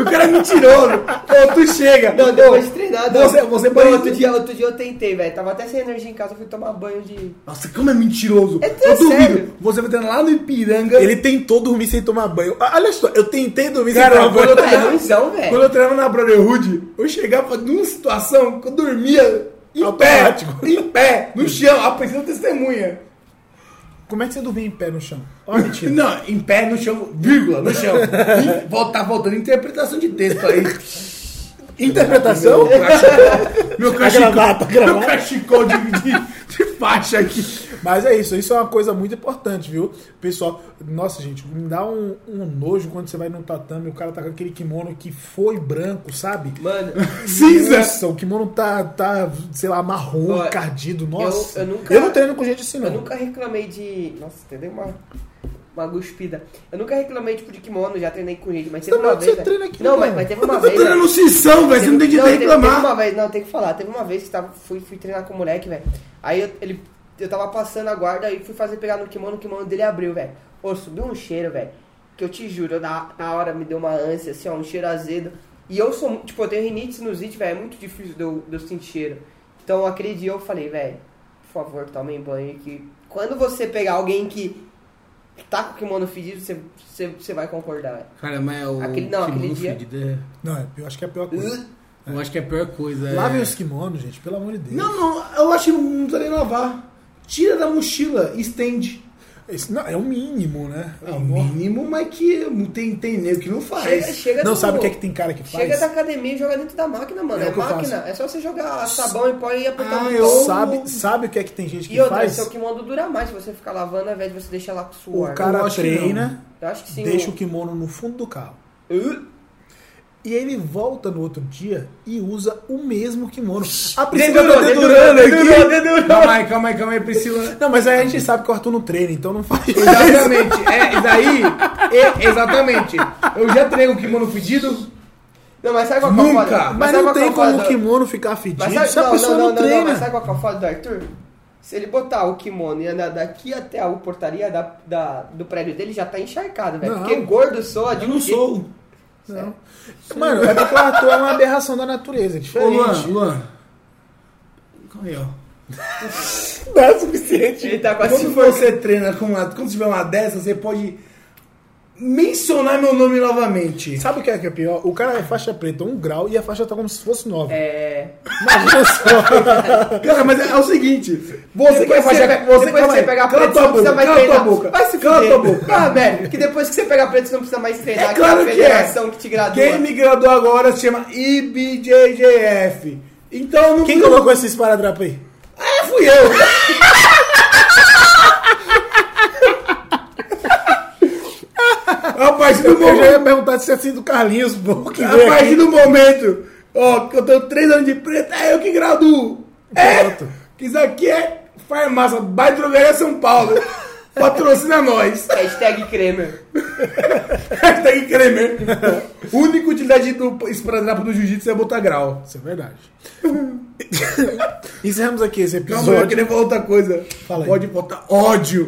Speaker 2: O cara é mentiroso. Ô, tu chega.
Speaker 3: Não, depois de treinar, não.
Speaker 2: Você, você
Speaker 3: Não,
Speaker 2: pode...
Speaker 3: outro, dia, outro dia eu tentei, velho. Tava até sem energia em casa, eu fui tomar banho de.
Speaker 2: Nossa, como é mentiroso.
Speaker 3: É tão
Speaker 2: eu duvido.
Speaker 3: sério.
Speaker 2: Você vai treinar lá no Ipiranga.
Speaker 1: Ele tentou dormir sem tomar banho. Ah, Olha só, eu tentei dormir
Speaker 2: Cara,
Speaker 1: sem tomar
Speaker 2: quando
Speaker 1: banho.
Speaker 2: eu
Speaker 3: É ruimzão, velho.
Speaker 2: Quando eu treinava na Brotherhood, eu chegava numa situação que eu dormia em pé,
Speaker 1: Automático.
Speaker 2: em pé, no chão, aparecendo testemunha.
Speaker 1: Como é que você dormia em pé no chão? Olha, mentira.
Speaker 2: Não, em pé, no chão, vírgula, no
Speaker 5: <laughs>
Speaker 2: chão. Em- Volta, tá voltando, interpretação de texto aí.
Speaker 1: <laughs> Interpretação?
Speaker 2: Meu cachecol,
Speaker 5: <laughs>
Speaker 2: meu
Speaker 1: <laughs> A
Speaker 2: cachecol,
Speaker 1: gravata, a
Speaker 2: meu
Speaker 5: tá
Speaker 1: gravata.
Speaker 2: cachecol de, de, de faixa aqui.
Speaker 1: Mas é isso, isso é uma coisa muito importante, viu? Pessoal, nossa, gente, me dá um, um nojo quando você vai num tatame e o cara tá com aquele kimono que foi branco, sabe?
Speaker 3: Mano,
Speaker 2: Cinza.
Speaker 1: Nossa, o kimono tá, tá sei lá, marrom,
Speaker 3: Ó,
Speaker 1: cardido, nossa.
Speaker 3: eu nunca-
Speaker 1: não treino com gente assim, não.
Speaker 3: eu nunca reclamei de. Nossa, entendeu? Uma. Uma guspida. Eu nunca reclamei, tipo, de kimono, já treinei com gente, mas teve
Speaker 1: Não,
Speaker 3: uma
Speaker 2: é
Speaker 1: mas
Speaker 3: vez.
Speaker 1: você
Speaker 3: velho.
Speaker 1: treina aqui,
Speaker 3: não,
Speaker 1: mano.
Speaker 3: mas, mas teve uma
Speaker 2: Eu tô
Speaker 3: vez. velho.
Speaker 2: tá treinando sessão, velho, você não tem direito a
Speaker 3: teve- Teve
Speaker 2: reclamar.
Speaker 3: uma vez, não, tem que falar. Teve uma vez que tava, fui, fui treinar com o moleque, velho. Aí eu, ele, eu tava passando a guarda e fui fazer pegar no kimono, o kimono dele abriu, velho. Ô, subiu um cheiro, velho. Que eu te juro, eu na, na hora me deu uma ânsia, assim, ó, um cheiro azedo. E eu sou, mu- tipo, eu tenho rinite, sinusite, velho, é muito difícil de eu, de eu sentir cheiro. Então aquele dia eu falei, velho, por favor, tomem banho que quando você pegar alguém que tá com o kimono fedido, você, você, você vai concordar, velho.
Speaker 5: Cara, mas é o
Speaker 3: Aquele- não, aquele
Speaker 5: kimono
Speaker 3: dia-
Speaker 5: fedido é-
Speaker 1: Não, é, eu acho que é a pior coisa.
Speaker 5: Eu acho que é a pior coisa.
Speaker 1: Lavem
Speaker 5: é...
Speaker 1: os kimonos, gente, pelo amor de Deus.
Speaker 2: Não, não, eu acho que não precisa nem lavar. Tira da mochila, estende.
Speaker 1: Isso não, é o mínimo, né?
Speaker 2: É
Speaker 5: Tá
Speaker 2: o mínimo, mas que tem, tem nego que não
Speaker 3: Chega,
Speaker 2: faz.
Speaker 3: chega assim,
Speaker 1: Não
Speaker 3: do-
Speaker 1: sabe o que é que tem cara que faz?
Speaker 3: Chega da academia e joga dentro da máquina, mano.
Speaker 1: É
Speaker 3: É,
Speaker 1: o que eu
Speaker 3: máquina. É só você jogar sabão e pó e apertar
Speaker 2: Ah,
Speaker 3: o
Speaker 2: eu-
Speaker 3: botão.
Speaker 1: Sabe, sabe o que é que tem gente que
Speaker 3: E outra,
Speaker 1: faz?
Speaker 3: seu kimono dura mais se você ficar lavando ao invés de você deixar lá com suor.
Speaker 1: O cara
Speaker 2: acho que não.
Speaker 1: treina,
Speaker 3: Eu acho que sim.
Speaker 1: deixa
Speaker 3: o-
Speaker 1: o kimono no fundo do carro.
Speaker 3: Uh,
Speaker 1: E ele volta no outro dia e usa o mesmo kimono. A
Speaker 2: Dedurou, dedurou, dedurou, dedurou.
Speaker 5: Calma aí, calma aí, calma aí, Priscila.
Speaker 1: Não, mas aí a gente sabe que o Arthur não treina, então não faz.
Speaker 2: Exatamente, é, e daí, é, exatamente. Eu já treinei o kimono pedido,
Speaker 3: Não, mas sabe qual que é o
Speaker 2: Nunca.
Speaker 3: foda?
Speaker 1: Mas
Speaker 3: sabe
Speaker 1: não
Speaker 3: qual que é
Speaker 1: tem
Speaker 3: o foda
Speaker 1: como o
Speaker 3: do-
Speaker 1: kimono ficar fedido
Speaker 3: Mas
Speaker 1: se
Speaker 3: sabe,
Speaker 1: a
Speaker 3: não,
Speaker 1: pessoa
Speaker 3: não,
Speaker 1: não
Speaker 3: não, não, mas
Speaker 1: treina.
Speaker 3: sabe qual que é o foda do Arthur? Se ele botar o kimono e andar daqui até a portaria da, da- do prédio dele, já tá encharcado, velho.
Speaker 1: Não.
Speaker 3: Porque gordo soa de
Speaker 2: eu não
Speaker 3: um jeito.
Speaker 2: sou.
Speaker 1: Não. Mano, é porque o Arthur é uma aberração da natureza, é
Speaker 2: Ô, Luan,
Speaker 1: diferente.
Speaker 2: Luan. Calma aí, ó.
Speaker 1: Não é suficiente.
Speaker 3: Ele tá quase
Speaker 2: Quando você treina com uma. Quando tiver uma dessa, você pode mencionar meu nome novamente.
Speaker 1: Sabe o que é, que é pior? O cara é faixa preta, um grau, e a faixa tá como se fosse 9.
Speaker 3: É.
Speaker 1: Imagina só.
Speaker 2: Cara, mas é, é o seguinte. Você
Speaker 3: Depois
Speaker 2: quer
Speaker 3: você
Speaker 2: fazer.
Speaker 3: pe-
Speaker 2: Você
Speaker 3: depois
Speaker 2: quer
Speaker 3: que você pegar
Speaker 2: Cala
Speaker 3: preto, você
Speaker 2: tua
Speaker 3: não
Speaker 2: boca,
Speaker 3: precisa
Speaker 2: cala
Speaker 3: mais
Speaker 2: tua
Speaker 3: treinar.
Speaker 2: boca.
Speaker 3: Vai se
Speaker 2: Cala
Speaker 3: fuder.
Speaker 2: tua boca.
Speaker 3: Ah, velho, que depois que você pegar preto, você não precisa mais treinar.
Speaker 2: É claro
Speaker 3: que
Speaker 2: que
Speaker 3: a
Speaker 2: é.
Speaker 3: federação que te gradua.
Speaker 2: Quem me graduou agora se chama IBJJF. Então não.
Speaker 1: Quem colocou esses paradrapos aí?
Speaker 2: Ah,
Speaker 1: <laughs>
Speaker 2: fui eu. A partir do
Speaker 1: Eu já
Speaker 2: momento,
Speaker 1: ia perguntar se é assim do Carlinhos, pô. é Que
Speaker 2: a
Speaker 1: veio
Speaker 2: partir
Speaker 1: aqui.
Speaker 2: do momento, ó, que eu tenho três anos de preto, é eu que graduo. É,
Speaker 1: Pronto.
Speaker 2: que isso aqui é farmácia, Bairro Drogaria São
Speaker 1: <laughs>
Speaker 2: Paulo. Patrocina nós. <laughs>
Speaker 3: Hashtag Kramer.
Speaker 2: Hashtag Kremer. Única utilidade do esparadrapo do jiu-jitsu é botar grau.
Speaker 1: Isso é verdade. <laughs> Encerramos aqui esse
Speaker 2: Calma, eu
Speaker 1: episódio.
Speaker 2: queria falar outra coisa.
Speaker 1: Fala aí.
Speaker 2: Pode botar ódio.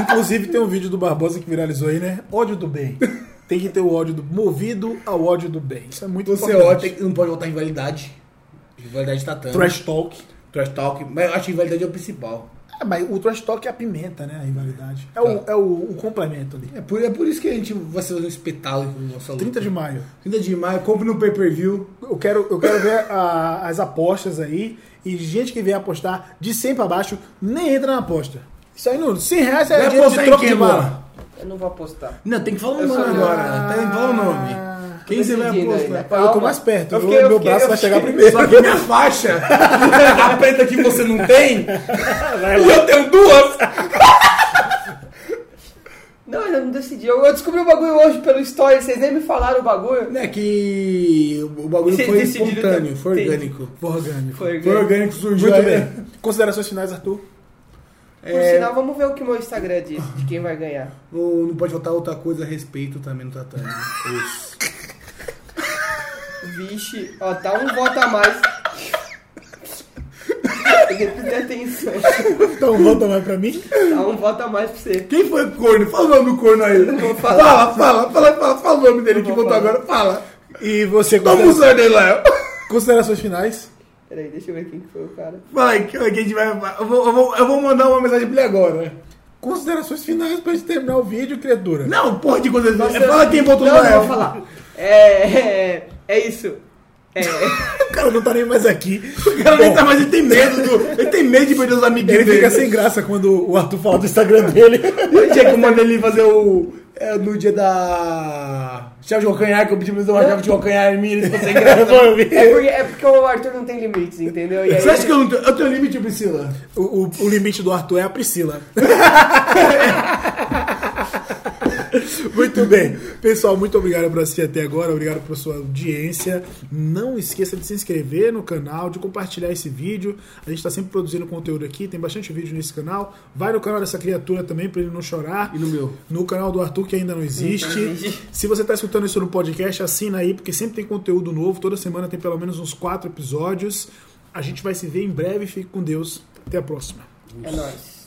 Speaker 1: Inclusive tem um vídeo do Barbosa que viralizou aí, né? Ódio do bem. Tem que ter o ódio do movido ao ódio do bem. Isso é muito
Speaker 2: Você
Speaker 1: importante.
Speaker 2: ódio, não pode botar invalidade. Invalidade tatame.
Speaker 1: Trash talk.
Speaker 2: Trash talk, mas eu acho que invalidade é o principal.
Speaker 1: É, mas o trash talk é a pimenta, né? A rivalidade. É, o, é o, o complemento ali.
Speaker 2: É por, é por isso que a gente vai fazer um espetáculo com o nosso aluno.
Speaker 1: 30 de maio.
Speaker 2: 30 de maio, compre no pay-per-view.
Speaker 1: Eu quero, eu quero ver a- as apostas aí. E gente que vem apostar de 100 pra baixo nem entra na aposta. Isso aí, não. 100 reais é
Speaker 2: Vai
Speaker 1: dinheiro
Speaker 2: apostar
Speaker 1: de
Speaker 2: em
Speaker 1: troco
Speaker 2: quem,
Speaker 1: de bala.
Speaker 2: Bola?
Speaker 3: Eu não vou apostar.
Speaker 2: Não, tem que falar o
Speaker 3: Eu Ah,
Speaker 2: nome
Speaker 3: sou-
Speaker 2: agora.
Speaker 1: Ah, tá
Speaker 2: Tem que falar o nome.
Speaker 3: tá
Speaker 2: Quem você vai
Speaker 3: decidindo ainda.
Speaker 2: apostar?
Speaker 1: Eu tô
Speaker 3: Calma.
Speaker 1: mais perto.
Speaker 3: Eu
Speaker 1: Eu
Speaker 3: fiquei- eu
Speaker 1: meu
Speaker 3: fiquei-
Speaker 1: braço
Speaker 3: eu
Speaker 1: vai chegar
Speaker 3: fiquei-
Speaker 1: primeiro.
Speaker 2: Só que minha faixa, <laughs> a preta que você não <laughs> tem, e eu tenho duas.
Speaker 3: Não, eu não decidi. Eu, eu descobri o bagulho hoje pelo story. Vocês nem me falaram o bagulho.
Speaker 2: Né, que o bagulho
Speaker 3: Vocês
Speaker 2: foi
Speaker 3: decidiram
Speaker 2: espontâneo,
Speaker 3: também.
Speaker 2: foi orgânico.
Speaker 1: Foi orgânico.
Speaker 3: Foi,
Speaker 2: Foi
Speaker 3: Por
Speaker 2: orgânico, surgiu
Speaker 1: Muito
Speaker 2: aí.
Speaker 1: bem. Considerações finais, Arthur?
Speaker 2: É.
Speaker 3: sinal, vamos ver o que meu Instagram diz de quem vai ganhar.
Speaker 2: Ou não pode faltar outra coisa a respeito também no tatame. Isso.
Speaker 3: Vixe, ó, tá um voto a mais. <laughs> Tem que prestar atenção.
Speaker 1: Então volta mais pra mim.
Speaker 3: Tá um voto a mais pra você.
Speaker 2: Quem foi o corno? Fala o nome do corno aí.
Speaker 3: vou
Speaker 2: Fala,
Speaker 3: falar.
Speaker 2: fala, fala, fala, fala o nome dele que
Speaker 3: vou
Speaker 2: botou
Speaker 3: falar.
Speaker 2: agora. Fala.
Speaker 1: E você,
Speaker 2: Toma um o zóio dele lá.
Speaker 1: considerações finais?
Speaker 3: Peraí, deixa eu ver quem que foi o cara.
Speaker 2: Fala aí, que que a gente vai. Eu vou, eu vou- eu vou mandar uma mensagem pra ele agora. né?
Speaker 1: Considerações finais pra gente terminar o vídeo, criatura.
Speaker 2: Não, porra de coisa. É, Fala quem botou
Speaker 3: Tá é- Não,
Speaker 2: no
Speaker 3: não
Speaker 2: Noel.
Speaker 3: vou falar. É, é, é isso. É,
Speaker 1: O cara não tá nem mais aqui.
Speaker 2: O cara nem
Speaker 1: Bom,
Speaker 2: tá mais, ele tem medo. do- Ele tem medo de perder os amiguinhos
Speaker 1: Ele fica sem graça quando o Arthur fala do Instagram dele.
Speaker 2: Eu tinha que eu mandei ele fazer o. é, no dia da. Chave de calcanhar, que eu pedi pra ele fazer uma chave de calcanhar em mim, ele ficou
Speaker 3: <laughs>
Speaker 2: sem graça.
Speaker 3: é, porque, é porque o Arthur não tem limites, entendeu? E aí,
Speaker 2: Você acha que eu não tenho. Eu tenho limite, Priscila?
Speaker 1: É. O, o- o limite do Arthur é a Priscila. <laughs> muito bem. Pessoal, muito obrigado por assistir até agora. Obrigado por sua audiência. Não esqueça de se inscrever no canal, de compartilhar esse vídeo. A gente está sempre produzindo conteúdo aqui. Tem bastante vídeo nesse canal. Vai no canal dessa criatura também para ele não chorar.
Speaker 2: E no meu?
Speaker 1: No canal do Arthur, que ainda não existe. Se você está escutando isso no podcast, assina aí, porque sempre tem conteúdo novo. Toda semana tem pelo menos uns quatro episódios. A gente vai se ver em breve. Fique com Deus. Até a próxima.
Speaker 3: É nóis.